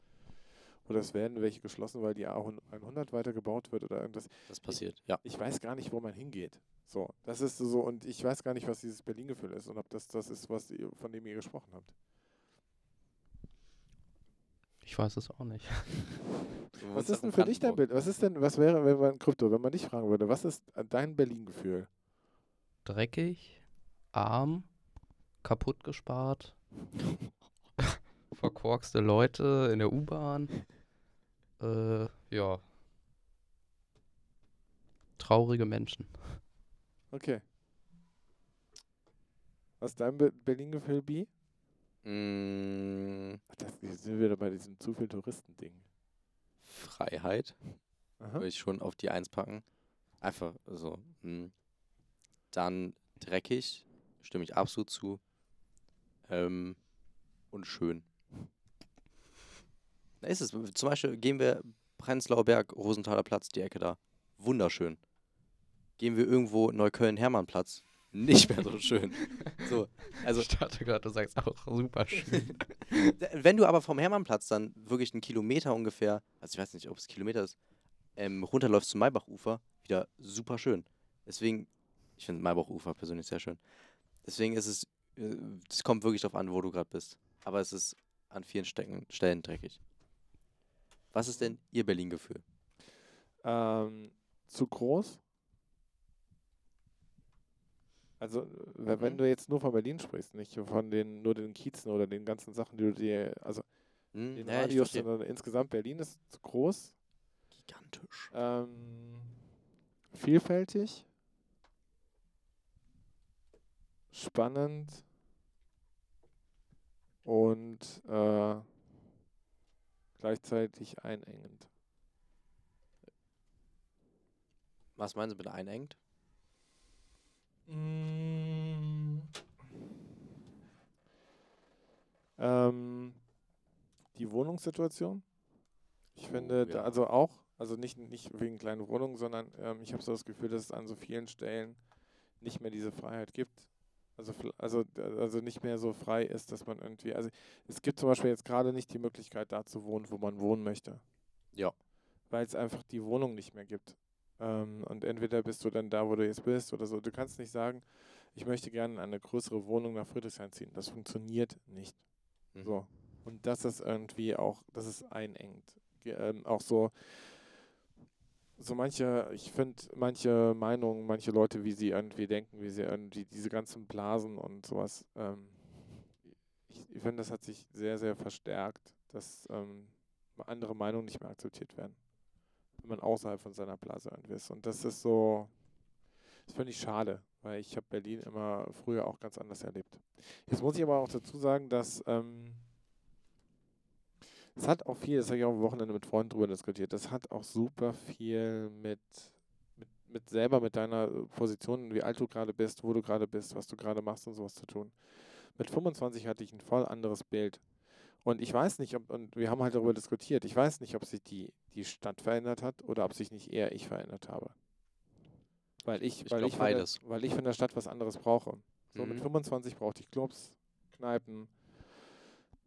Speaker 1: Oder es werden welche geschlossen, weil die A100 weitergebaut wird oder irgendwas
Speaker 2: Das passiert, ja.
Speaker 1: ich weiß gar nicht, wo man hingeht. So, das ist so und ich weiß gar nicht, was dieses Berlin-Gefühl ist und ob das das ist, was ihr, von dem ihr gesprochen habt.
Speaker 4: Ich weiß es auch nicht.
Speaker 2: Du
Speaker 1: Was ist
Speaker 2: wohnst doch in
Speaker 1: denn für dich dein
Speaker 2: Brandenburg.
Speaker 1: Bild? Was ist denn, was wäre, wenn man Krypto, wenn man dich fragen würde, was ist dein Berlin-Gefühl?
Speaker 4: Dreckig, arm, kaputt gespart, verkorkste Leute in der U-Bahn. Äh, ja. Traurige Menschen.
Speaker 1: Okay. Was ist dein Be Berlin-Gefühl, Bi?
Speaker 2: Mm,
Speaker 1: Ach, Das, jetzt sind wir wieder bei diesem zu viel Touristending.
Speaker 2: Freiheit
Speaker 1: Aha.
Speaker 2: würde ich schon auf die Eins packen. Einfach so. mm. Dann dreckig, stimme ich absolut zu. Ähm, und schön. Da ist es. Zum Beispiel gehen wir Prenzlauer Berg, Rosenthaler Platz, die Ecke da. Wunderschön. Gehen wir irgendwo Neukölln-Hermannplatz. Nicht mehr so schön. So, also
Speaker 4: ich dachte gerade, du sagst auch super schön.
Speaker 2: D- Wenn du aber vom Hermannplatz dann wirklich einen Kilometer ungefähr, also ich weiß nicht, ob es Kilometer ist, ähm, runterläufst zum Maybachufer, wieder super schön. Deswegen, ich finde Maybachufer persönlich sehr schön. Deswegen ist es, äh, es kommt wirklich darauf an, wo du gerade bist. Aber es ist an vielen Stecken, Stellen dreckig. Was ist denn Ihr Berlin-Gefühl?
Speaker 1: Ähm, zu groß? Also, we- wenn
Speaker 2: Mhm.
Speaker 1: du jetzt nur von Berlin sprichst, nicht von den, nur den Kiezen oder den ganzen Sachen, die du dir, also
Speaker 2: Hm?
Speaker 1: den
Speaker 2: ja, ich
Speaker 1: Radius,
Speaker 2: verstehe.
Speaker 1: sondern insgesamt Berlin ist zu groß,
Speaker 2: Gigantisch.
Speaker 1: ähm, vielfältig, spannend und äh, gleichzeitig einengend.
Speaker 2: Was meinen Sie bitte einengt?
Speaker 1: Mm. Ähm, die Wohnungssituation. Ich
Speaker 2: Oh,
Speaker 1: finde, da,
Speaker 2: ja.
Speaker 1: also auch, also nicht, nicht wegen kleinen Wohnungen, sondern ähm, ich habe so das Gefühl, dass es an so vielen Stellen nicht mehr diese Freiheit gibt. Also, fl- also, d- also nicht mehr so frei ist, dass man irgendwie, also es gibt zum Beispiel jetzt gerade nicht die Möglichkeit, da zu wohnen, wo man wohnen möchte.
Speaker 2: Ja.
Speaker 1: Weil es einfach die Wohnung nicht mehr gibt. Ähm, und entweder bist du dann da, wo du jetzt bist oder so. Du kannst nicht sagen, ich möchte gerne in eine größere Wohnung nach Friedrichshain ziehen. Das funktioniert nicht.
Speaker 2: Mhm.
Speaker 1: So. Und das ist irgendwie auch, das ist einengt. Ge- Ähm, auch so, so manche, ich finde manche Meinungen, manche Leute, wie sie irgendwie denken, wie sie irgendwie diese ganzen Blasen und sowas, ähm, ich, ich finde, das hat sich sehr, sehr verstärkt, dass ähm, andere Meinungen nicht mehr akzeptiert werden, wenn man außerhalb von seiner Blase irgendwie ist. Und das ist so, das finde ich schade, weil ich habe Berlin immer früher auch ganz anders erlebt. Jetzt muss ich aber auch dazu sagen, dass ähm, es hat auch viel, das habe ich auch am Wochenende mit Freunden drüber diskutiert, das hat auch super viel mit, mit, mit selber, mit deiner äh, Position, wie alt du gerade bist, wo du gerade bist, was du gerade machst und sowas zu tun. Mit 25 hatte ich ein voll anderes Bild. Und ich weiß nicht, ob, und wir haben halt darüber diskutiert, ich weiß nicht, ob sich die, die Stadt verändert hat oder ob sich nicht eher ich verändert habe. Weil ich,
Speaker 2: Ich
Speaker 1: weil,
Speaker 2: glaub,
Speaker 1: ich von der,
Speaker 2: beides.
Speaker 1: weil ich von der Stadt was anderes brauche. So mit
Speaker 2: Mhm.
Speaker 1: 25 brauchte ich Clubs, Kneipen.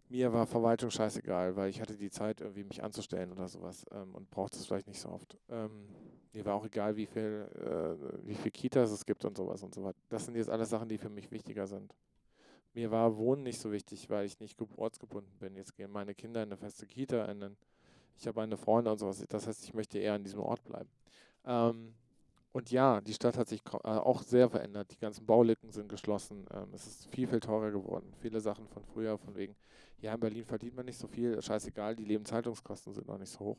Speaker 1: Mir war Verwaltung scheißegal, weil ich hatte die Zeit, irgendwie mich anzustellen oder sowas ähm, und brauchte es vielleicht nicht so oft. Ähm, mir war auch egal, wie viel, äh, wie viel Kitas es gibt und sowas und so weiter. Das sind jetzt alles Sachen, die für mich wichtiger sind. Mir war Wohnen nicht so wichtig, weil ich nicht geb- ortsgebunden bin. Jetzt gehen meine Kinder in eine feste Kita, in einen, ich habe eine Freundin und sowas. Das heißt, ich möchte eher an diesem Ort bleiben. Ähm, und ja, die Stadt hat sich ko- äh, auch sehr verändert. Die ganzen Baulücken sind geschlossen. Ähm, es ist viel, viel teurer geworden. Viele Sachen von früher, von wegen, ja, in Berlin verdient man nicht so viel, scheißegal, die Lebenshaltungskosten sind noch nicht so hoch.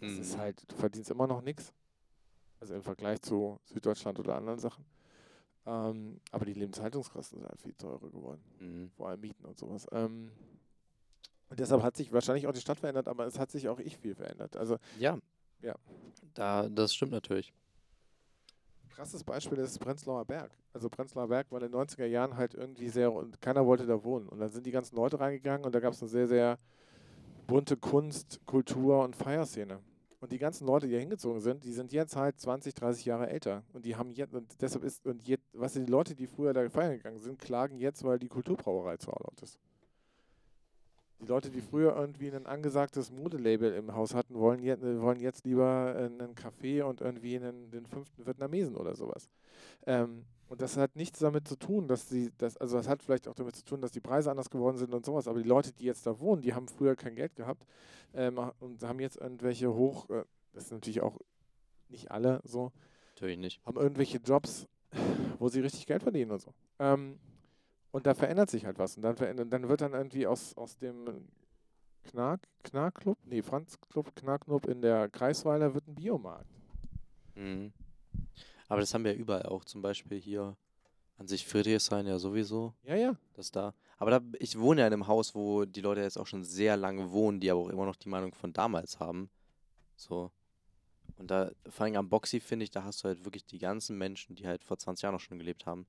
Speaker 1: Das ist
Speaker 2: Mhm.
Speaker 1: halt, du verdienst immer noch nichts. Also im Vergleich zu Süddeutschland oder anderen Sachen. Ähm, aber die Lebenshaltungskosten sind halt viel teurer geworden
Speaker 2: Mhm.
Speaker 1: vor allem Mieten und sowas. Ähm, und deshalb hat sich wahrscheinlich auch die Stadt verändert, aber es hat sich auch ich viel verändert. Also
Speaker 2: Ja.
Speaker 1: Ja.
Speaker 2: Da, das stimmt natürlich.
Speaker 1: krasses Beispiel ist Prenzlauer Berg. Also Prenzlauer Berg war in den 90er Jahren halt irgendwie sehr, und keiner wollte da wohnen. Und dann sind die ganzen Leute reingegangen und da gab es eine sehr, sehr bunte Kunst, Kultur und Feierszene. Und die ganzen Leute, die da hingezogen sind, die sind jetzt halt 20, 30 Jahre älter. Und die haben jetzt, und deshalb ist, und jetzt, was die Leute, die früher da feiern gegangen sind, klagen jetzt, weil die Kulturbrauerei zu laut ist. Die Leute, die früher irgendwie ein angesagtes Modelabel im Haus hatten, wollen, je, wollen jetzt lieber äh, einen Kaffee und irgendwie einen, den fünften Vietnamesen oder sowas. Ähm, und das hat nichts damit zu tun, dass sie, das, also das hat vielleicht auch damit zu tun, dass die Preise anders geworden sind und sowas, aber die Leute, die jetzt da wohnen, die haben früher kein Geld gehabt ähm, und haben jetzt irgendwelche hoch, äh, das ist natürlich auch nicht alle so,
Speaker 2: Natürlich nicht.
Speaker 1: haben irgendwelche Jobs, wo sie richtig Geld verdienen und so. Ähm, und da verändert sich halt was. Und dann, verändert, dann wird dann irgendwie aus, aus dem Knark, Knarkclub, nee, Franz Club, Knarkclub in der Kreisweiler wird ein Biomarkt.
Speaker 2: Mhm. Aber das haben wir ja überall auch. Zum Beispiel hier an sich Friedrichshain ja sowieso.
Speaker 1: Ja, ja.
Speaker 2: Das da. Aber da, ich wohne ja in einem Haus, wo die Leute jetzt auch schon sehr lange wohnen, die aber auch immer noch die Meinung von damals haben. So. Und da, vor allem am Boxy finde ich, da hast du halt wirklich die ganzen Menschen, die halt vor 20 Jahren noch schon gelebt haben.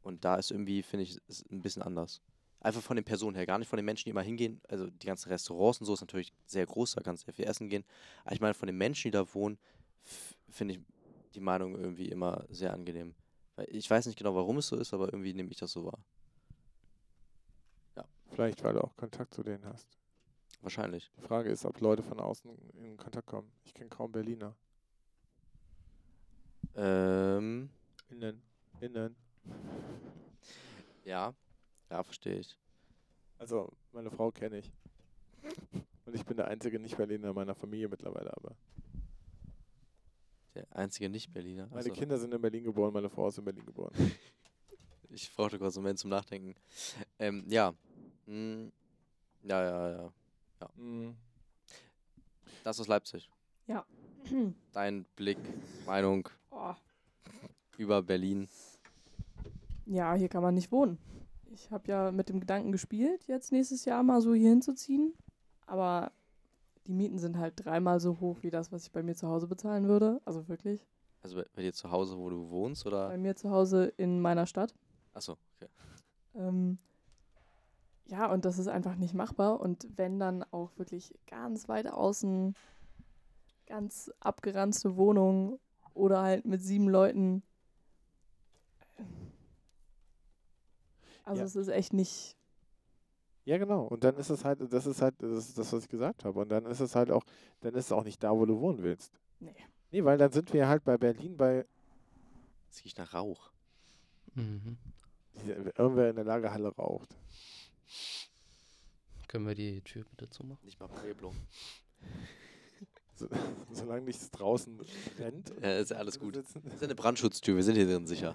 Speaker 2: Und da ist irgendwie, finde ich, ist ein bisschen anders. Einfach von den Personen her, gar nicht von den Menschen, die immer hingehen. Also die ganzen Restaurants und so ist natürlich sehr groß, da kannst du sehr viel essen gehen. Aber ich meine, von den Menschen, die da wohnen, f- finde ich die Meinung irgendwie immer sehr angenehm. Weil ich weiß nicht genau, warum es so ist, aber irgendwie nehme ich das so wahr.
Speaker 1: Vielleicht, weil du auch Kontakt zu denen hast.
Speaker 2: Wahrscheinlich.
Speaker 1: Die Frage ist, ob Leute von außen in Kontakt kommen. Ich kenne kaum Berliner.
Speaker 2: Ähm,
Speaker 1: Innen. Innen.
Speaker 2: ja, ja, verstehe ich.
Speaker 1: Also, meine Frau kenne ich. Und ich bin der einzige Nicht-Berliner in meiner Familie mittlerweile, aber.
Speaker 2: Der einzige Nicht-Berliner.
Speaker 1: Meine
Speaker 2: Also,
Speaker 1: Kinder sind in Berlin geboren, meine Frau ist in Berlin geboren.
Speaker 2: ich brauchte kurz einen Moment zum Nachdenken. Ähm, ja. Hm, ja, ja, ja.
Speaker 1: Mhm.
Speaker 2: Das ist Leipzig.
Speaker 3: Ja.
Speaker 2: Dein Blick, Meinung
Speaker 3: Oh.
Speaker 2: über Berlin.
Speaker 3: Ja, hier kann man nicht wohnen. Ich habe ja mit dem Gedanken gespielt, jetzt nächstes Jahr mal so hier hinzuziehen. Aber die Mieten sind halt dreimal so hoch wie das, was ich bei mir zu Hause bezahlen würde. Also wirklich.
Speaker 2: Also bei, bei dir zu Hause, wo du wohnst,
Speaker 3: Bei
Speaker 2: oder?
Speaker 3: mir zu Hause in meiner Stadt.
Speaker 2: Achso, okay.
Speaker 3: Ähm, ja, und das ist einfach nicht machbar. Und wenn dann auch wirklich ganz weit außen, ganz abgeranzte Wohnungen oder halt mit sieben Leuten. Also
Speaker 1: Ja.
Speaker 3: es ist echt nicht.
Speaker 1: Ja, genau. Und dann ist es halt, das ist halt, das ist das, was ich gesagt habe. Und dann ist es halt auch, dann ist es auch nicht da, wo du wohnen willst.
Speaker 3: Nee.
Speaker 1: Nee, weil dann sind wir halt bei Berlin, bei
Speaker 2: Es riecht nach Rauch.
Speaker 4: Mhm.
Speaker 1: irgendwer in der Lagerhalle raucht.
Speaker 4: Können wir die Tür bitte zumachen?
Speaker 2: Nicht mal Pueblo.
Speaker 1: So, solange nichts draußen brennt.
Speaker 2: Ja, ist ja alles gut.
Speaker 1: Sitzen.
Speaker 2: Das ist eine Brandschutztür, wir sind hier drin sicher.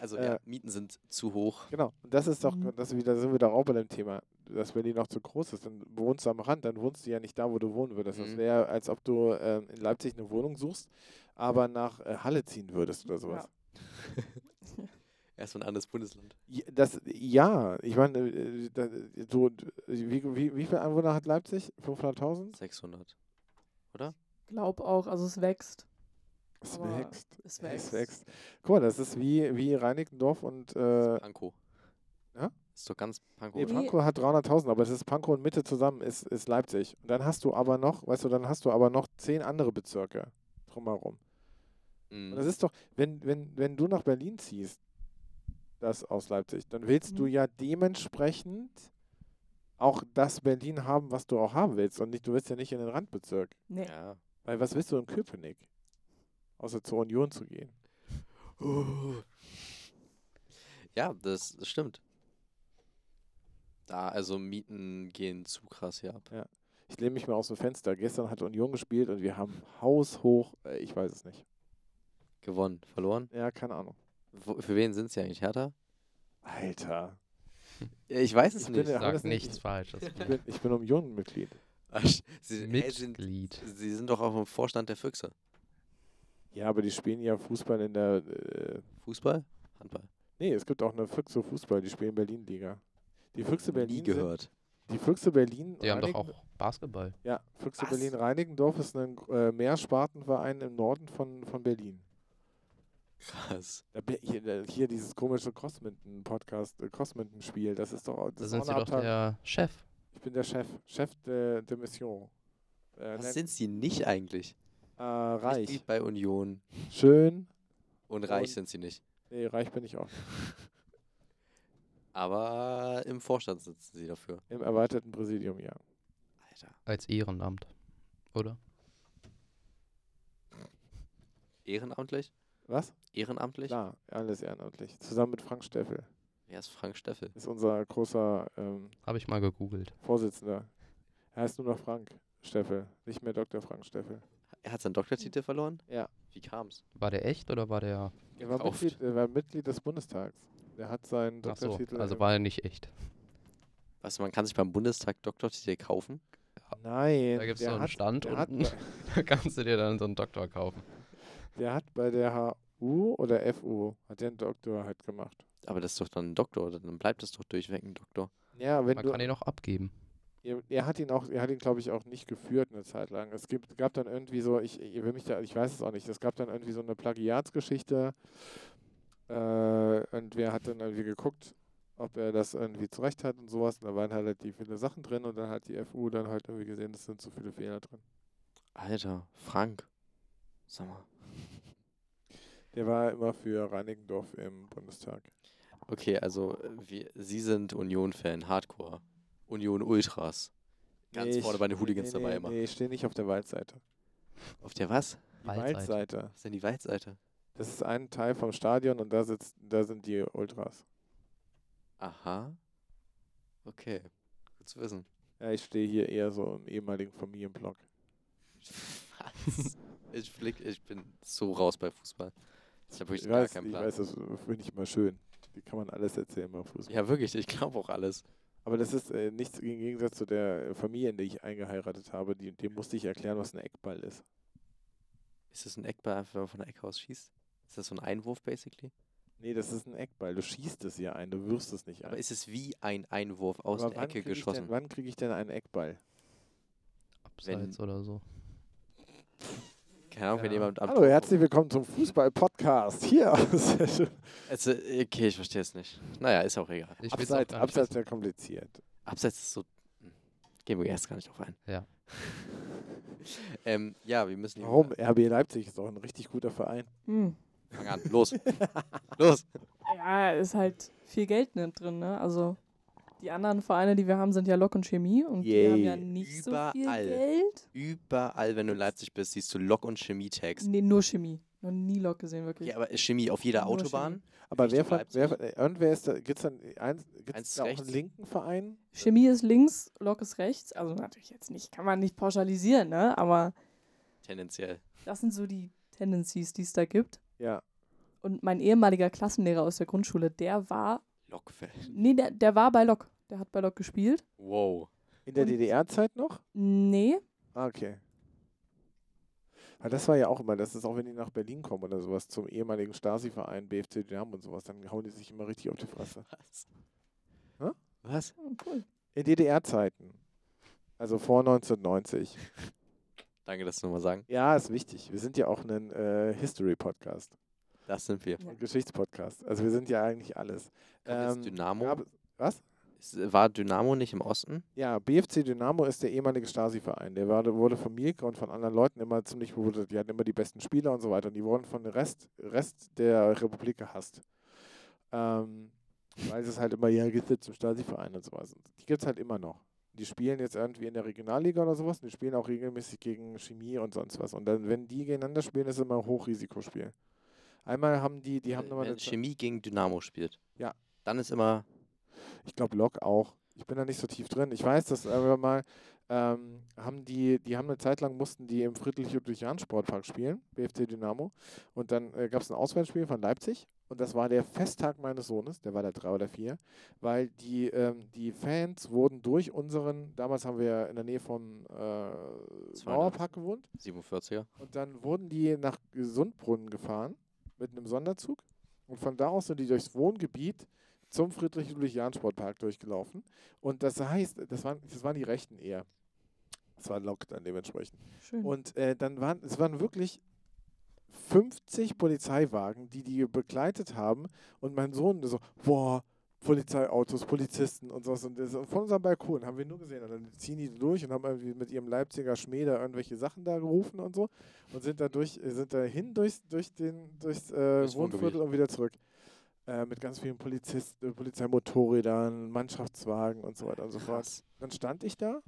Speaker 2: Also ja,
Speaker 1: Äh.
Speaker 2: Mieten sind zu hoch.
Speaker 1: Genau. Und das ist doch,
Speaker 3: Mhm.
Speaker 1: das wieder, sind wir doch auch bei dem Thema, dass Berlin noch zu groß ist. Dann wohnst du am Rand, dann wohnst du ja nicht da, wo du wohnen würdest. Das
Speaker 2: Mhm.
Speaker 1: wäre, als ob du ähm, in Leipzig eine Wohnung suchst, aber nach äh, Halle ziehen würdest oder sowas.
Speaker 3: Ja.
Speaker 2: Erst ein anderes Bundesland.
Speaker 1: Ja, Das, ja, ich meine, äh, da- so, d- wie, wie, wie viele Einwohner hat Leipzig? 500.000?
Speaker 2: 600.
Speaker 3: Glaub auch, also es wächst.
Speaker 1: Es
Speaker 3: Aber
Speaker 1: wächst.
Speaker 3: Es wächst.
Speaker 1: Es wächst. Guck mal, das ist wie, wie Reinickendorf und äh,
Speaker 2: Pankow.
Speaker 1: Ja?
Speaker 2: Ist doch ganz Pankow.
Speaker 1: nee,
Speaker 2: oder?
Speaker 1: Pankow hat 300.000, aber es ist Pankow und Mitte zusammen ist, ist Leipzig. Und dann hast du aber noch, weißt du, dann hast du aber noch zehn andere Bezirke drumherum.
Speaker 2: Mhm.
Speaker 1: Und das ist doch, wenn, wenn, wenn du nach Berlin ziehst, das aus Leipzig, dann willst du
Speaker 3: Mhm.
Speaker 1: ja dementsprechend auch das Berlin haben, was du auch haben willst. Und nicht, du willst ja nicht in den Randbezirk.
Speaker 3: Nee.
Speaker 2: ja.
Speaker 1: Weil was willst du in Köpenick? Außer zur Union zu gehen.
Speaker 2: Ja, das, das stimmt. Da, also Mieten gehen zu krass hier ab.
Speaker 1: Ich lehne mich mal aus dem Fenster. Gestern hat Union gespielt und wir haben haushoch, äh, ich weiß es nicht.
Speaker 2: Gewonnen, verloren.
Speaker 1: Ja, keine Ahnung.
Speaker 2: Wo, für wen sind sie eigentlich härter?
Speaker 1: Alter.
Speaker 2: Ich weiß es
Speaker 1: Ich bin
Speaker 2: nicht.
Speaker 1: ja- haben wir das
Speaker 4: Sag
Speaker 1: nicht-
Speaker 4: nichts Falsches.
Speaker 1: Ich bin, ich bin Union-Mitglied.
Speaker 2: Ach, sie, hey, sind,
Speaker 4: Mitglied.
Speaker 2: sie sind doch auch im Vorstand der Füchse.
Speaker 1: Ja, aber die spielen ja Fußball in der. Äh,
Speaker 2: Fußball? Handball.
Speaker 1: nee, es gibt auch eine Füchse Fußball, die spielen Berlin-Liga. Die Füchse Berlin.
Speaker 2: Nie
Speaker 1: sind-
Speaker 2: gehört.
Speaker 1: Die Füchse Berlin.
Speaker 4: Die haben doch
Speaker 1: Reinicken-
Speaker 4: auch Basketball.
Speaker 1: Ja, Füchse
Speaker 2: Was?
Speaker 1: Berlin-Reinickendorf ist ein äh, Mehrspartenverein im Norden von, von Berlin.
Speaker 2: Krass.
Speaker 1: Da bin- Hier, da- hier dieses komische Crossminton-Podcast, äh, Crossminton-Spiel, das ist doch auch-
Speaker 4: Da
Speaker 1: das ist
Speaker 4: sind
Speaker 1: auch
Speaker 4: sie
Speaker 1: eine
Speaker 4: doch
Speaker 1: Abteilung.
Speaker 4: der Chef.
Speaker 1: Ich bin der Chef, Chef de, de Mission. Äh,
Speaker 2: Was
Speaker 1: nennt-
Speaker 2: sind sie nicht eigentlich?
Speaker 1: äh, reich.
Speaker 2: Mitglied bei Union
Speaker 1: Schön.
Speaker 2: und reich
Speaker 1: Und-
Speaker 2: sind sie nicht.
Speaker 1: Nee, reich bin ich auch.
Speaker 2: Aber äh, im Vorstand sitzen sie dafür.
Speaker 1: Im erweiterten Präsidium, ja.
Speaker 2: Alter.
Speaker 4: Als Ehrenamt. Oder?
Speaker 2: Ehrenamtlich?
Speaker 1: Was?
Speaker 2: Ehrenamtlich?
Speaker 1: Klar, alles ehrenamtlich. Zusammen mit Frank Steffel.
Speaker 2: Wer ist Frank Steffel?
Speaker 1: Ist unser großer ähm,
Speaker 4: Habe ich mal gegoogelt.
Speaker 1: Vorsitzender. Er heißt nur noch Frank Steffel, nicht mehr Dr. Frank Steffel.
Speaker 2: Er hat seinen Doktortitel verloren?
Speaker 1: Ja.
Speaker 2: Wie kam's?
Speaker 4: War der echt oder war der.
Speaker 1: Er war,
Speaker 2: Gekauft.
Speaker 1: Mitglied, er war Mitglied des Bundestags. Er hat seinen
Speaker 4: Ach so,
Speaker 1: Doktortitel.
Speaker 4: also
Speaker 1: im-
Speaker 4: war er nicht echt.
Speaker 2: Weißt du, man kann sich beim Bundestag Doktortitel kaufen?
Speaker 1: Nein.
Speaker 4: Da gibt es
Speaker 1: der
Speaker 4: so einen
Speaker 1: hat-
Speaker 4: Stand
Speaker 1: der hat
Speaker 4: unten. Da kannst du dir dann so einen Doktor kaufen.
Speaker 1: Der hat bei der HU oder FU, hat der einen Doktor halt gemacht.
Speaker 2: Aber das ist doch dann ein Doktor, oder? dann bleibt es doch durchweg ein Doktor.
Speaker 1: Ja, wenn
Speaker 4: Man
Speaker 1: du,
Speaker 4: kann ihn auch abgeben.
Speaker 1: er, er hat ihn auch, er hat ihn glaube ich auch nicht geführt eine Zeit lang. Es gibt, gab dann irgendwie so, ich, ich will mich da, ich weiß es auch nicht, es gab dann irgendwie so eine Plagiatsgeschichte äh, und wer hat dann irgendwie geguckt, ob er das irgendwie zurecht hat und sowas und da waren halt die viele Sachen drin und dann hat die FU dann halt irgendwie gesehen, es sind zu viele Fehler drin.
Speaker 2: Alter, Frank. Sag mal.
Speaker 1: Der war immer für Reinickendorf im Bundestag.
Speaker 2: Okay, also äh, wir, Sie sind Union-Fan, Hardcore. Union Ultras. Ganz
Speaker 1: Nee,
Speaker 2: vorne
Speaker 1: ich-
Speaker 2: bei den Hooligans
Speaker 1: nee, nee,
Speaker 2: dabei immer.
Speaker 1: Nee, ich stehe nicht auf der Waldseite.
Speaker 2: Auf der was?
Speaker 1: Die
Speaker 4: Waldseite.
Speaker 1: Waldseite.
Speaker 2: Was ist denn die Waldseite?
Speaker 1: Das ist ein Teil vom Stadion und da sitzt, da sind die Ultras.
Speaker 2: Aha. Okay. Gut zu wissen.
Speaker 1: Ja, ich stehe hier eher so im ehemaligen Familienblock.
Speaker 2: Was? ich, blick, ich bin so raus bei Fußball. Ich habe wirklich
Speaker 1: Ich
Speaker 2: gar
Speaker 1: weiß,
Speaker 2: keinen
Speaker 1: ich
Speaker 2: Plan.
Speaker 1: weiß, das finde ich immer schön. Die kann man alles erzählen beim Fußball.
Speaker 2: Ja, wirklich, ich glaube auch alles.
Speaker 1: Aber das ist äh, nichts im Gegensatz zu der äh, Familie, in die ich eingeheiratet habe. Die, dem musste ich erklären, was ein Eckball ist.
Speaker 2: Ist das ein Eckball, einfach wenn man von der Ecke aus schießt? Ist das so ein Einwurf, basically?
Speaker 1: Nee, das ist ein Eckball. Du schießt es ja ein, du wirfst es nicht ein.
Speaker 2: Aber ist es wie ein Einwurf aus
Speaker 1: Aber
Speaker 2: der
Speaker 1: wann
Speaker 2: Ecke
Speaker 1: krieg ich Denn,
Speaker 2: geschossen?
Speaker 1: wann kriege ich denn einen Eckball?
Speaker 4: Abseits oder so.
Speaker 2: Keine Ahnung, wenn
Speaker 4: Ja.
Speaker 2: jemand am
Speaker 1: Hallo,
Speaker 2: Tor-
Speaker 1: herzlich willkommen zum Fußball-Podcast. Hier. Sehr schön.
Speaker 2: Also, okay, ich verstehe es nicht. Naja, ist auch egal.
Speaker 4: Ich will's
Speaker 1: Abseits,
Speaker 4: auch gar nicht
Speaker 1: abseits wäre kompliziert.
Speaker 2: Abseits ist so. Hm. Gehen wir erst gar nicht drauf ein.
Speaker 4: Ja.
Speaker 2: ähm, ja, wir müssen. die-
Speaker 1: Warum? RB Leipzig ist doch ein richtig guter Verein.
Speaker 3: Hm.
Speaker 2: Fang an. Los. Los.
Speaker 3: Ja, ist halt viel Geld nicht drin, ne? Also die anderen Vereine, die wir haben, sind ja Lok und Chemie und
Speaker 1: Yay.
Speaker 3: die haben ja nicht so viel
Speaker 2: Überall.
Speaker 3: Geld.
Speaker 2: Überall, wenn du in Leipzig bist, siehst du Lok- und Chemie-Tags.
Speaker 3: Nee, nur Chemie. Noch nie Lok gesehen, wirklich.
Speaker 2: Ja, aber ist Chemie auf jeder
Speaker 3: Nur
Speaker 2: Autobahn.
Speaker 1: Aber wer
Speaker 2: Richtung
Speaker 1: von, wer
Speaker 2: Leipzig.
Speaker 1: von, äh, irgendwer ist da, gibt's dann eins, gibt's
Speaker 2: Eins
Speaker 1: da auch einen
Speaker 2: rechts.
Speaker 1: linken Verein?
Speaker 3: Chemie ist links, Lok ist rechts. Also natürlich jetzt nicht, kann man nicht pauschalisieren, ne? Aber
Speaker 2: Tendenziell.
Speaker 3: das sind so die Tendencies, die es da gibt.
Speaker 1: Ja.
Speaker 3: Und mein ehemaliger Klassenlehrer aus der Grundschule, der war,
Speaker 2: Lokfeld.
Speaker 3: nee, der, der war bei Lok. Der hat bei Lok gespielt.
Speaker 2: Wow.
Speaker 1: In der
Speaker 3: Und-
Speaker 1: DDR-Zeit noch?
Speaker 3: Nee,
Speaker 1: Ah, okay. Aber das war ja auch immer, das ist auch, wenn die nach Berlin kommen oder sowas, zum ehemaligen Stasi-Verein, BFC Dynamo und sowas, dann hauen die sich immer richtig auf die Fresse.
Speaker 2: Was?
Speaker 1: Hä?
Speaker 2: Was?
Speaker 3: oh, cool.
Speaker 1: In DDR-Zeiten. Also vor 1990.
Speaker 2: Danke, dass du nochmal sagen.
Speaker 1: Ja, ist wichtig. Wir sind ja auch ein äh, History-Podcast,
Speaker 2: Das sind wir.
Speaker 1: ein Geschichtspodcast. Also wir sind ja eigentlich alles. Ähm,
Speaker 2: Kommt jetzt Dynamo?
Speaker 1: gab- was?
Speaker 2: Ist- War Dynamo nicht im Osten?
Speaker 1: Ja, BFC Dynamo ist der ehemalige Stasi-Verein. Der war, wurde von Mielke und von anderen Leuten immer ziemlich bewundert. Die hatten immer die besten Spieler und so weiter. Und die wurden von dem Rest, Rest der Republik gehasst. Ähm, weil es halt immer, ja, geht jetzt zum Stasi-Verein und sowas. Und Die gibt es halt immer noch. Die spielen jetzt irgendwie in der Regionalliga oder sowas. Und die spielen auch regelmäßig gegen Chemie und sonst was. Und dann, wenn die gegeneinander spielen, ist immer ein Hochrisikospiel. Einmal haben die, die haben nochmal
Speaker 2: Äh, Wenn Chemie gegen Dynamo spielt.
Speaker 1: Ja.
Speaker 2: Dann ist immer.
Speaker 1: Ich glaube, Lok auch. Ich bin da nicht so tief drin. Ich weiß, dass aber mal ähm, haben die, die haben eine Zeit lang mussten die im Friedrich-Ludwig-Jahn-Sportpark spielen, BFC Dynamo. Und dann äh, gab es ein Auswärtsspiel von Leipzig. Und das war der Festtag meines Sohnes, der war da drei oder vier, weil die, ähm, die Fans wurden durch unseren, damals haben wir in der Nähe vom äh, Mauerpark gewohnt,
Speaker 2: 47er.
Speaker 1: und dann wurden die nach Gesundbrunnen gefahren mit einem Sonderzug. Und von da aus sind die durchs Wohngebiet zum Friedrich-Ludwig-Jahn-Sportpark durchgelaufen. Und das heißt, das waren, das waren die Rechten eher. Das war Lok dann dementsprechend.
Speaker 3: Schön.
Speaker 1: Und äh, dann waren, es waren wirklich 50 Polizeiwagen, die die begleitet haben. Und mein Sohn so, boah, Polizeiautos, Polizisten und sowas. Und das, von unserem Balkon haben wir nur gesehen. Und dann ziehen die durch und haben irgendwie mit ihrem Leipziger Schmäh da irgendwelche Sachen da gerufen und so. Und sind da durch, sind da hin durchs, durch den, durchs äh,
Speaker 2: Durchs Wohngebiet.
Speaker 1: Wohnviertel und wieder zurück. äh, mit ganz vielen Polizisten, äh, Polizeimotorrädern, Mannschaftswagen und so weiter und so fort.
Speaker 2: Krass.
Speaker 1: Dann stand ich da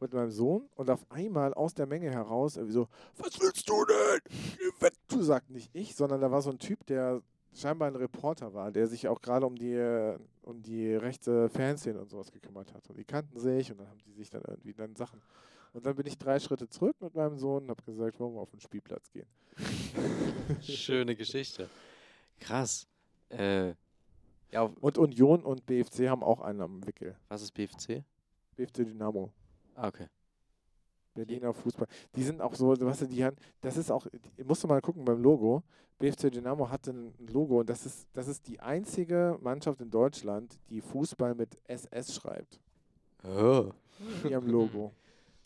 Speaker 1: mit meinem Sohn und auf einmal aus der Menge heraus irgendwie so, was willst du denn? Geh weg!" Du sagt nicht ich, sondern da war so ein Typ, der scheinbar ein Reporter war, der sich auch gerade um die, äh, um die rechte Fanszene und sowas gekümmert hat. Und die kannten sich und dann haben die sich dann irgendwie dann Sachen. Und dann bin ich drei Schritte zurück mit meinem Sohn und habe gesagt, wollen wir auf den Spielplatz gehen.
Speaker 2: Schöne Geschichte. Krass. Äh, ja, auf-
Speaker 1: Und Union und BFC haben auch einen am Wickel.
Speaker 2: was ist BFC?
Speaker 1: BFC Dynamo.
Speaker 2: Ah, okay.
Speaker 1: Berliner Fußball. Die sind auch so, weißt du, die haben, das ist auch, die- musst du mal gucken beim Logo. BFC Dynamo hatte ein Logo und das ist, das ist die einzige Mannschaft in Deutschland, die Fußball mit SS schreibt.
Speaker 2: Oh,
Speaker 1: In ihrem Logo.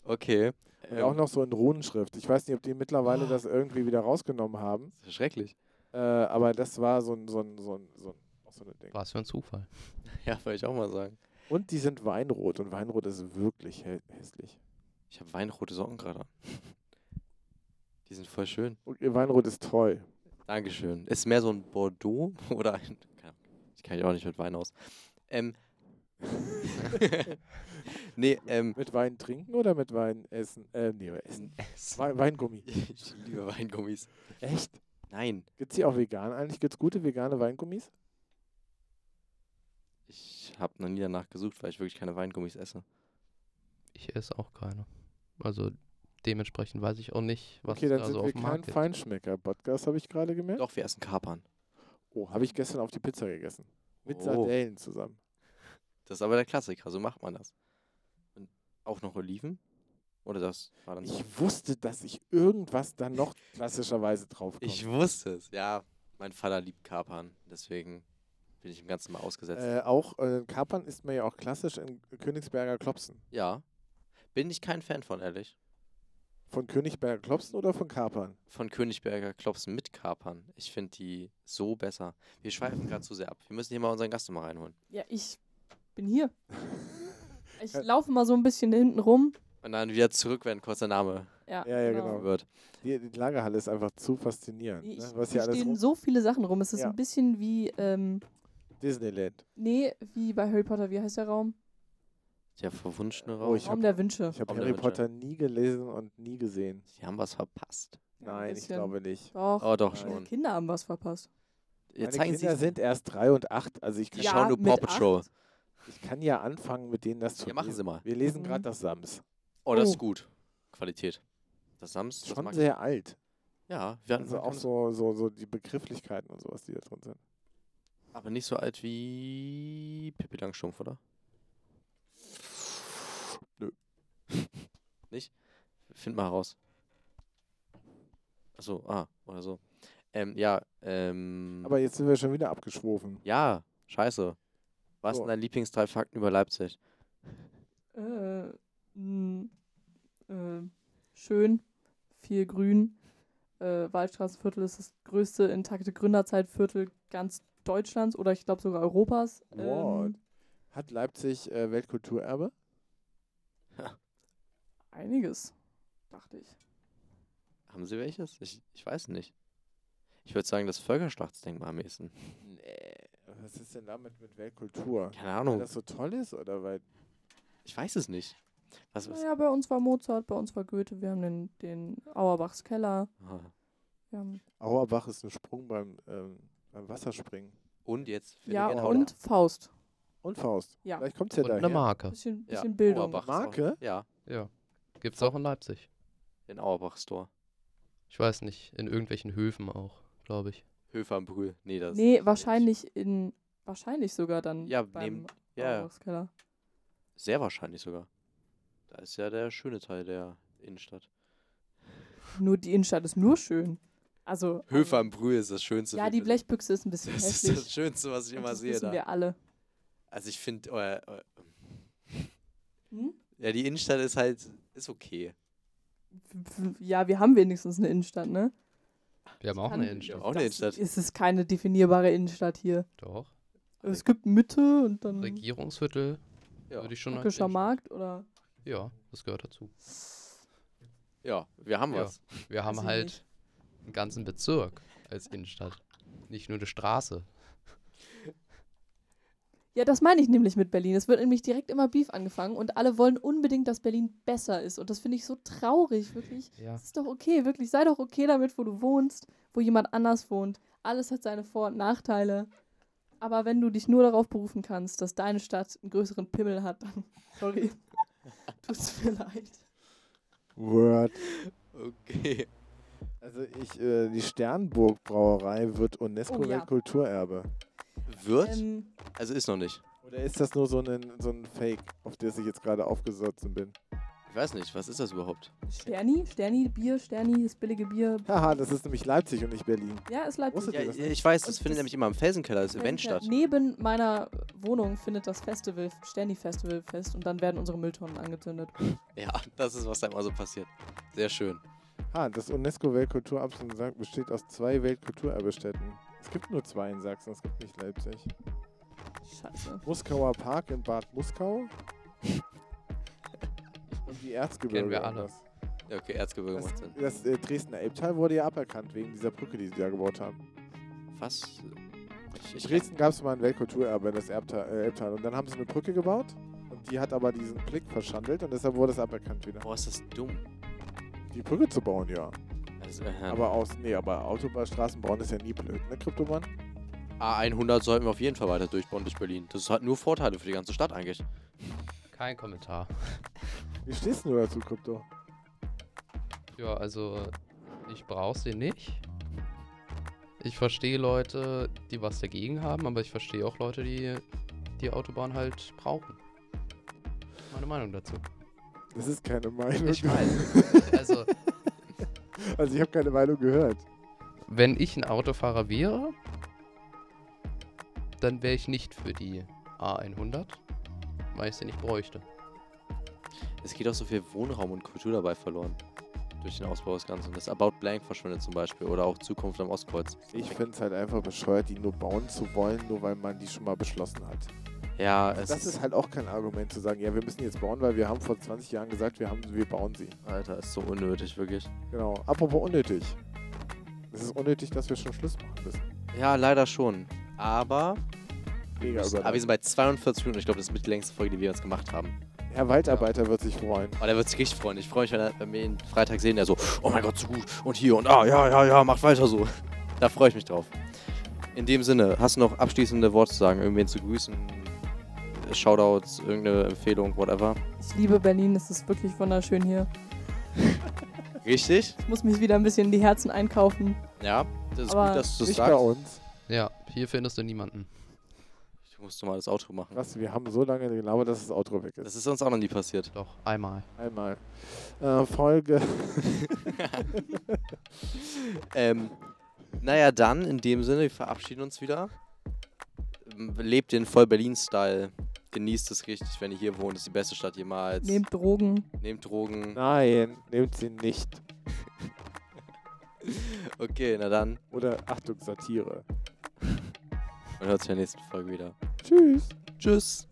Speaker 2: okay. Ähm,
Speaker 1: Und auch noch so in Runenschrift. Ich weiß nicht, ob die mittlerweile das irgendwie wieder rausgenommen haben,
Speaker 2: Ähm, Schrecklich.
Speaker 1: äh, aber das war so ein, so ein, so ein, so ein, auch so ein Ding.
Speaker 4: Was für ein Zufall.
Speaker 2: Ja, wollte ich auch mal sagen.
Speaker 1: Und die sind Weinrot und Weinrot ist wirklich hä hässlich.
Speaker 2: Ich habe weinrote Socken gerade an. Die sind voll schön.
Speaker 1: Und ihr Weinrot ist toll.
Speaker 2: Dankeschön. Ist mehr so ein Bordeaux oder ein. Keine Ahnung. Ich kann mich auch nicht mit Wein aus. Ähm. nee, ähm.
Speaker 1: Mit Wein trinken oder mit Wein essen? Äh, nee, essen. Wei- Weingummi.
Speaker 2: Ich liebe Weingummis.
Speaker 1: Echt?
Speaker 2: Nein.
Speaker 1: Gibt es hier auch vegan eigentlich? Gibt es gute vegane Weingummis?
Speaker 2: Ich habe noch nie danach gesucht, weil ich wirklich keine Weingummis esse.
Speaker 4: Ich esse auch keine. Also dementsprechend weiß ich auch nicht, was
Speaker 1: okay,
Speaker 4: es
Speaker 1: dann
Speaker 4: da
Speaker 1: sind
Speaker 4: so
Speaker 1: wir
Speaker 4: auf dem
Speaker 1: kein
Speaker 4: Markt gibt.
Speaker 1: Feinschmecker-Podcast, habe ich gerade gemerkt.
Speaker 2: Doch, wir essen Kapern.
Speaker 1: Oh, habe ich gestern auf die Pizza gegessen. Mit
Speaker 2: Oh.
Speaker 1: Sardellen zusammen.
Speaker 2: Das ist aber der Klassiker, so macht man das. Und auch noch Oliven? Oder das war dann so?
Speaker 1: Ich wusste, dass ich irgendwas dann noch klassischerweise drauf
Speaker 2: Ich wusste es, ja. Mein Vater liebt Kapern, deswegen bin ich dem Ganzen mal ausgesetzt.
Speaker 1: äh, Auch äh, Kapern ist mir ja auch klassisch in Königsberger Klopsen.
Speaker 2: Ja. Bin ich kein Fan von, ehrlich.
Speaker 1: Von Königsberger Klopsen oder von Kapern?
Speaker 2: Von Königsberger Klopsen mit Kapern. Ich finde die so besser. Wir schweifen gerade zu sehr ab. Wir müssen hier mal unseren Gast noch mal reinholen.
Speaker 3: Ja, ich bin hier. Ich
Speaker 1: Ja.
Speaker 3: laufe mal so ein bisschen hinten rum.
Speaker 2: Und dann wieder zurück, wenn kurz der Name
Speaker 3: Ja,
Speaker 1: Ja, ja, genau.
Speaker 2: wird.
Speaker 1: Die, die Lagerhalle ist einfach zu faszinierend.
Speaker 3: Ich,
Speaker 1: Ne? Was hier
Speaker 3: hier
Speaker 1: alles
Speaker 3: stehen
Speaker 1: rum
Speaker 3: so viele Sachen rum. Es ist
Speaker 1: Ja.
Speaker 3: ein bisschen wie, ähm,
Speaker 1: Disneyland.
Speaker 3: nee, wie bei Harry Potter. Wie heißt der Raum?
Speaker 2: Der verwunschene
Speaker 1: Oh,
Speaker 2: Raum.
Speaker 1: ich
Speaker 3: Raum
Speaker 1: hab-
Speaker 3: der Wünsche.
Speaker 1: Ich habe
Speaker 2: Raum der
Speaker 1: Harry
Speaker 2: Wünsche.
Speaker 1: Potter nie gelesen und nie gesehen.
Speaker 2: Die haben was verpasst.
Speaker 3: Ja, ein
Speaker 1: Nein, ich
Speaker 3: bisschen.
Speaker 1: glaube nicht.
Speaker 3: Doch,
Speaker 2: Oh, doch
Speaker 1: Nein.
Speaker 3: meine
Speaker 2: schon.
Speaker 3: Kinder haben was verpasst.
Speaker 2: Jetzt
Speaker 1: Meine
Speaker 2: zeigen
Speaker 1: Kinder
Speaker 2: sie
Speaker 1: sind erst drei und acht. Also ich
Speaker 2: Die
Speaker 1: kann,
Speaker 2: schauen nur Paw
Speaker 3: mit
Speaker 2: Patrol.
Speaker 3: acht.
Speaker 1: ich kann ja anfangen, mit denen das zu
Speaker 2: Ja, machen
Speaker 1: lesen.
Speaker 2: sie mal.
Speaker 1: Wir lesen
Speaker 3: Mhm.
Speaker 1: gerade das Sams.
Speaker 2: Oh, das
Speaker 3: Oh.
Speaker 2: ist gut. Qualität. Das Sams, das
Speaker 1: Schon
Speaker 2: mag
Speaker 1: sehr alt.
Speaker 2: ich. Ja, mhm. wir hatten
Speaker 1: Also auch
Speaker 2: ganz-
Speaker 1: so, so, so die Begrifflichkeiten und sowas, die da drin sind.
Speaker 2: Aber nicht so alt wie Pippi Langstrumpf, oder?
Speaker 1: Nö.
Speaker 2: Nicht? Find mal heraus. Achso, ah, oder so. Ähm, ja, ähm.
Speaker 1: Aber jetzt sind wir schon wieder abgeschwofen.
Speaker 2: ja, scheiße. Was
Speaker 1: So.
Speaker 2: sind deine Lieblingsdrei Fakten über Leipzig?
Speaker 3: Äh, mh, äh, schön, viel Grün. Äh, Waldstraßenviertel ist das größte intakte Gründerzeitviertel ganz Deutschlands oder ich glaube sogar Europas.
Speaker 1: Wow.
Speaker 3: Ähm,
Speaker 1: Hat Leipzig äh, Weltkulturerbe?
Speaker 3: einiges, dachte ich.
Speaker 2: Haben sie welches? Ich, ich weiß nicht. Ich würde sagen, das Völkerschlachtsdenkmal am ehesten.
Speaker 1: Nee. Was ist denn damit mit Weltkultur?
Speaker 2: Keine
Speaker 1: Weil
Speaker 2: Ahnung.
Speaker 1: das so toll ist oder weil.
Speaker 2: Ich weiß es nicht. Was, was?
Speaker 3: Naja, bei uns war Mozart, bei uns war Goethe, wir haben den, den Auerbachs Keller.
Speaker 2: Ah.
Speaker 3: Wir haben,
Speaker 1: Auerbach ist ein Sprung beim, ähm, beim Wasserspringen.
Speaker 2: Und jetzt für
Speaker 3: ja,
Speaker 2: den
Speaker 3: und Faust.
Speaker 1: Und Faust.
Speaker 3: Ja.
Speaker 1: Vielleicht kommt es ja
Speaker 4: Und eine
Speaker 1: daher.
Speaker 4: Marke.
Speaker 3: Bisschen, bisschen Bildung.
Speaker 1: Marke?
Speaker 2: Ja,
Speaker 4: Ja. Gibt's auch in Leipzig.
Speaker 2: den Auerbach-Store.
Speaker 4: Ich weiß nicht, in irgendwelchen Höfen auch, glaube ich.
Speaker 2: Höfer am Brühl. Nee, das
Speaker 3: Nee, wahrscheinlich in wahrscheinlich sogar dann
Speaker 2: Ja,
Speaker 3: beim
Speaker 2: neben- Ja, ja,
Speaker 3: Auerbachs Keller.
Speaker 2: sehr wahrscheinlich sogar. Da ist ja der schöne Teil der Innenstadt.
Speaker 3: Nur die Innenstadt ist nur schön. Also
Speaker 2: Höfer am Brühl ist das Schönste.
Speaker 3: Ja,
Speaker 2: find
Speaker 3: die
Speaker 2: ich.
Speaker 3: Blechbüchse ist ein bisschen
Speaker 2: Das ist
Speaker 3: hässlich.
Speaker 2: das Schönste, was ich
Speaker 3: Und
Speaker 2: immer
Speaker 3: das
Speaker 2: sehe
Speaker 3: wissen
Speaker 2: da.
Speaker 3: wir alle.
Speaker 2: Also ich finde, euer, euer,
Speaker 3: Hm?
Speaker 2: ja, die Innenstadt ist halt, ist okay.
Speaker 3: Ja, wir haben wenigstens eine Innenstadt, ne?
Speaker 4: Wir haben auch
Speaker 3: kann-
Speaker 4: eine
Speaker 2: Ich
Speaker 4: Innenstadt.
Speaker 2: auch eine Innenstadt.
Speaker 3: Es ist keine definierbare Innenstadt hier. Also,
Speaker 4: Doch.
Speaker 3: Es gibt Mitte und dann
Speaker 4: Regierungsviertel
Speaker 2: Ja.
Speaker 4: würde ich schon als
Speaker 3: Hackischer
Speaker 4: Innenstadt-
Speaker 3: Markt oder
Speaker 4: Ja, das gehört dazu.
Speaker 2: ja, wir haben
Speaker 4: Ja.
Speaker 2: was.
Speaker 4: Wir haben
Speaker 3: Weiß ich
Speaker 4: halt
Speaker 3: nicht.
Speaker 4: einen ganzen Bezirk als Innenstadt. Nicht nur eine Straße.
Speaker 3: Ja, das meine ich nämlich mit Berlin. Es wird nämlich direkt immer Beef angefangen und alle wollen unbedingt, dass Berlin besser ist. Und das finde ich so traurig, wirklich.
Speaker 4: Ja.
Speaker 3: Es ist doch okay, wirklich. Sei doch okay damit, wo du wohnst, wo jemand anders wohnt. Alles hat seine Vor- und Nachteile. Aber wenn du dich nur darauf berufen kannst, dass deine Stadt einen größeren Pimmel hat, dann, sorry, tut's mir leid.
Speaker 1: Word.
Speaker 2: Okay.
Speaker 1: Also ich, äh, die Sternburg Brauerei wird
Speaker 3: Oh ja.
Speaker 1: UNESCO-Weltkulturerbe.
Speaker 2: Wird?
Speaker 3: Ähm,
Speaker 2: also ist noch nicht.
Speaker 1: Oder ist das nur so ein, so ein Fake, auf das ich jetzt gerade aufgesessen bin?
Speaker 2: Ich weiß nicht, was ist das überhaupt?
Speaker 3: Sterni, Sterni, Bier, Sterni, das billige Bier.
Speaker 1: Haha, das ist nämlich Leipzig und nicht Berlin.
Speaker 3: Ja, es bleibt
Speaker 1: Wusstet
Speaker 2: Ja,
Speaker 1: ihr das? nicht?
Speaker 2: ich weiß, das
Speaker 3: Und
Speaker 2: findet
Speaker 3: das-
Speaker 2: nämlich immer im Felsenkeller, das Event statt.
Speaker 3: Neben meiner Wohnung findet das Festival, Sterni Festival fest und dann werden unsere Mülltonnen angezündet.
Speaker 2: Ja, das ist, was da immer so passiert. Sehr schön.
Speaker 1: Ah, das UNESCO-Weltkulturamt in Sachsen besteht aus zwei Weltkulturerbestätten. Es gibt nur zwei in Sachsen, es gibt nicht Leipzig.
Speaker 3: Scheiße.
Speaker 1: Muskauer Park in Bad Muskau. Und die Erzgebirge.
Speaker 4: Kennen wir
Speaker 1: und
Speaker 4: alle.
Speaker 1: Das,
Speaker 2: Ja, okay, Erzgebirge macht Sinn.
Speaker 1: das, das äh, Dresdner Elbtal wurde ja aberkannt wegen dieser Brücke, die sie da gebaut haben.
Speaker 2: Was? Ich,
Speaker 1: In
Speaker 2: ich
Speaker 1: Dresden gab es mal ein Weltkulturerbe, das Erbtal, äh, Elbtal. Und dann haben sie eine Brücke gebaut. Und die hat aber diesen Blick verschandelt und deshalb wurde es aberkannt wieder.
Speaker 2: Boah, ist das dumm.
Speaker 1: Die Brücke zu bauen, ja.
Speaker 2: Also, äh,
Speaker 1: Aber aus, nee, aber Autobahnstraßen bauen ist ja nie blöd, ne, Kryptomann?
Speaker 2: A100 sollten wir auf jeden Fall weiter durchbauen durch Berlin. Das hat nur Vorteile für die ganze Stadt eigentlich.
Speaker 4: Kein Kommentar.
Speaker 1: Wie stehst du dazu, Krypto?
Speaker 4: Ja, also ich brauch's den nicht. Ich verstehe Leute, die was dagegen haben, aber ich verstehe auch Leute, die die Autobahn halt brauchen. Meine Meinung dazu.
Speaker 1: Das ist keine Meinung.
Speaker 4: Ich weiß. Also,
Speaker 1: Also ich habe keine Meinung gehört.
Speaker 4: wenn ich ein Autofahrer wäre, dann wäre ich nicht für die A100, weil ich sie nicht bräuchte.
Speaker 2: Es geht auch so viel Wohnraum und Kultur dabei verloren. Durch den Ausbau des Ganzen. Das About Blank verschwindet zum Beispiel. Oder auch Zukunft am Ostkreuz.
Speaker 1: Ich finde es halt einfach bescheuert, die nur bauen zu wollen, nur weil man die schon mal beschlossen hat.
Speaker 2: Ja, es
Speaker 1: Das ist halt auch kein Argument zu sagen, ja, wir müssen jetzt bauen, weil wir haben vor 20 Jahren gesagt, wir, haben, wir bauen sie.
Speaker 2: Alter, ist so unnötig, wirklich.
Speaker 1: Genau. Apropos unnötig. Es ist unnötig, dass wir schon Schluss machen müssen.
Speaker 2: Ja, leider schon. Aber,
Speaker 1: Mega
Speaker 2: aber wir
Speaker 1: überraschend.
Speaker 2: sind bei 42 Minuten. Ich glaube, das ist mit die längste Folge, die wir uns gemacht haben.
Speaker 1: Herr Waldarbeiter wird sich freuen.
Speaker 2: Aber Oh, der wird sich richtig freuen. Ich freue mich, wenn, er, wenn wir ihn Freitag sehen. Der so, oh mein Gott, so gut. Und hier und ah, ja, ja, ja, macht weiter so. Da freue ich mich drauf. In dem Sinne, hast du noch abschließende Worte zu sagen? Irgendwen zu grüßen? Shoutouts, irgendeine Empfehlung, whatever.
Speaker 3: Ich liebe Berlin, es ist wirklich wunderschön hier.
Speaker 2: Richtig?
Speaker 3: Ich muss mich wieder ein bisschen in die Herzen einkaufen.
Speaker 2: Ja, das ist
Speaker 3: Aber
Speaker 2: gut, dass du es
Speaker 1: Nicht bei
Speaker 2: sagst.
Speaker 1: uns.
Speaker 4: Ja, hier findest du niemanden.
Speaker 2: Ich musste mal das Auto machen.
Speaker 1: Was, wir haben so lange gelabert, dass das Outro weg ist.
Speaker 2: Das ist uns auch noch nie passiert.
Speaker 4: Doch, einmal.
Speaker 1: Einmal. Äh, Folge.
Speaker 2: Mhm. Ähm, naja, dann in dem Sinne, wir verabschieden uns wieder. Ähm, Lebt den voll Berlin-Style. Genießt es richtig, wenn ihr hier wohnt. Ist die beste Stadt jemals.
Speaker 3: Nehmt Drogen.
Speaker 2: Nehmt Drogen.
Speaker 1: Nein, nehmt sie nicht.
Speaker 2: Okay, na dann.
Speaker 1: Oder Achtung, Satire.
Speaker 2: Man hört sich in der nächsten Folge wieder.
Speaker 1: Tschüss.
Speaker 2: Tschüss.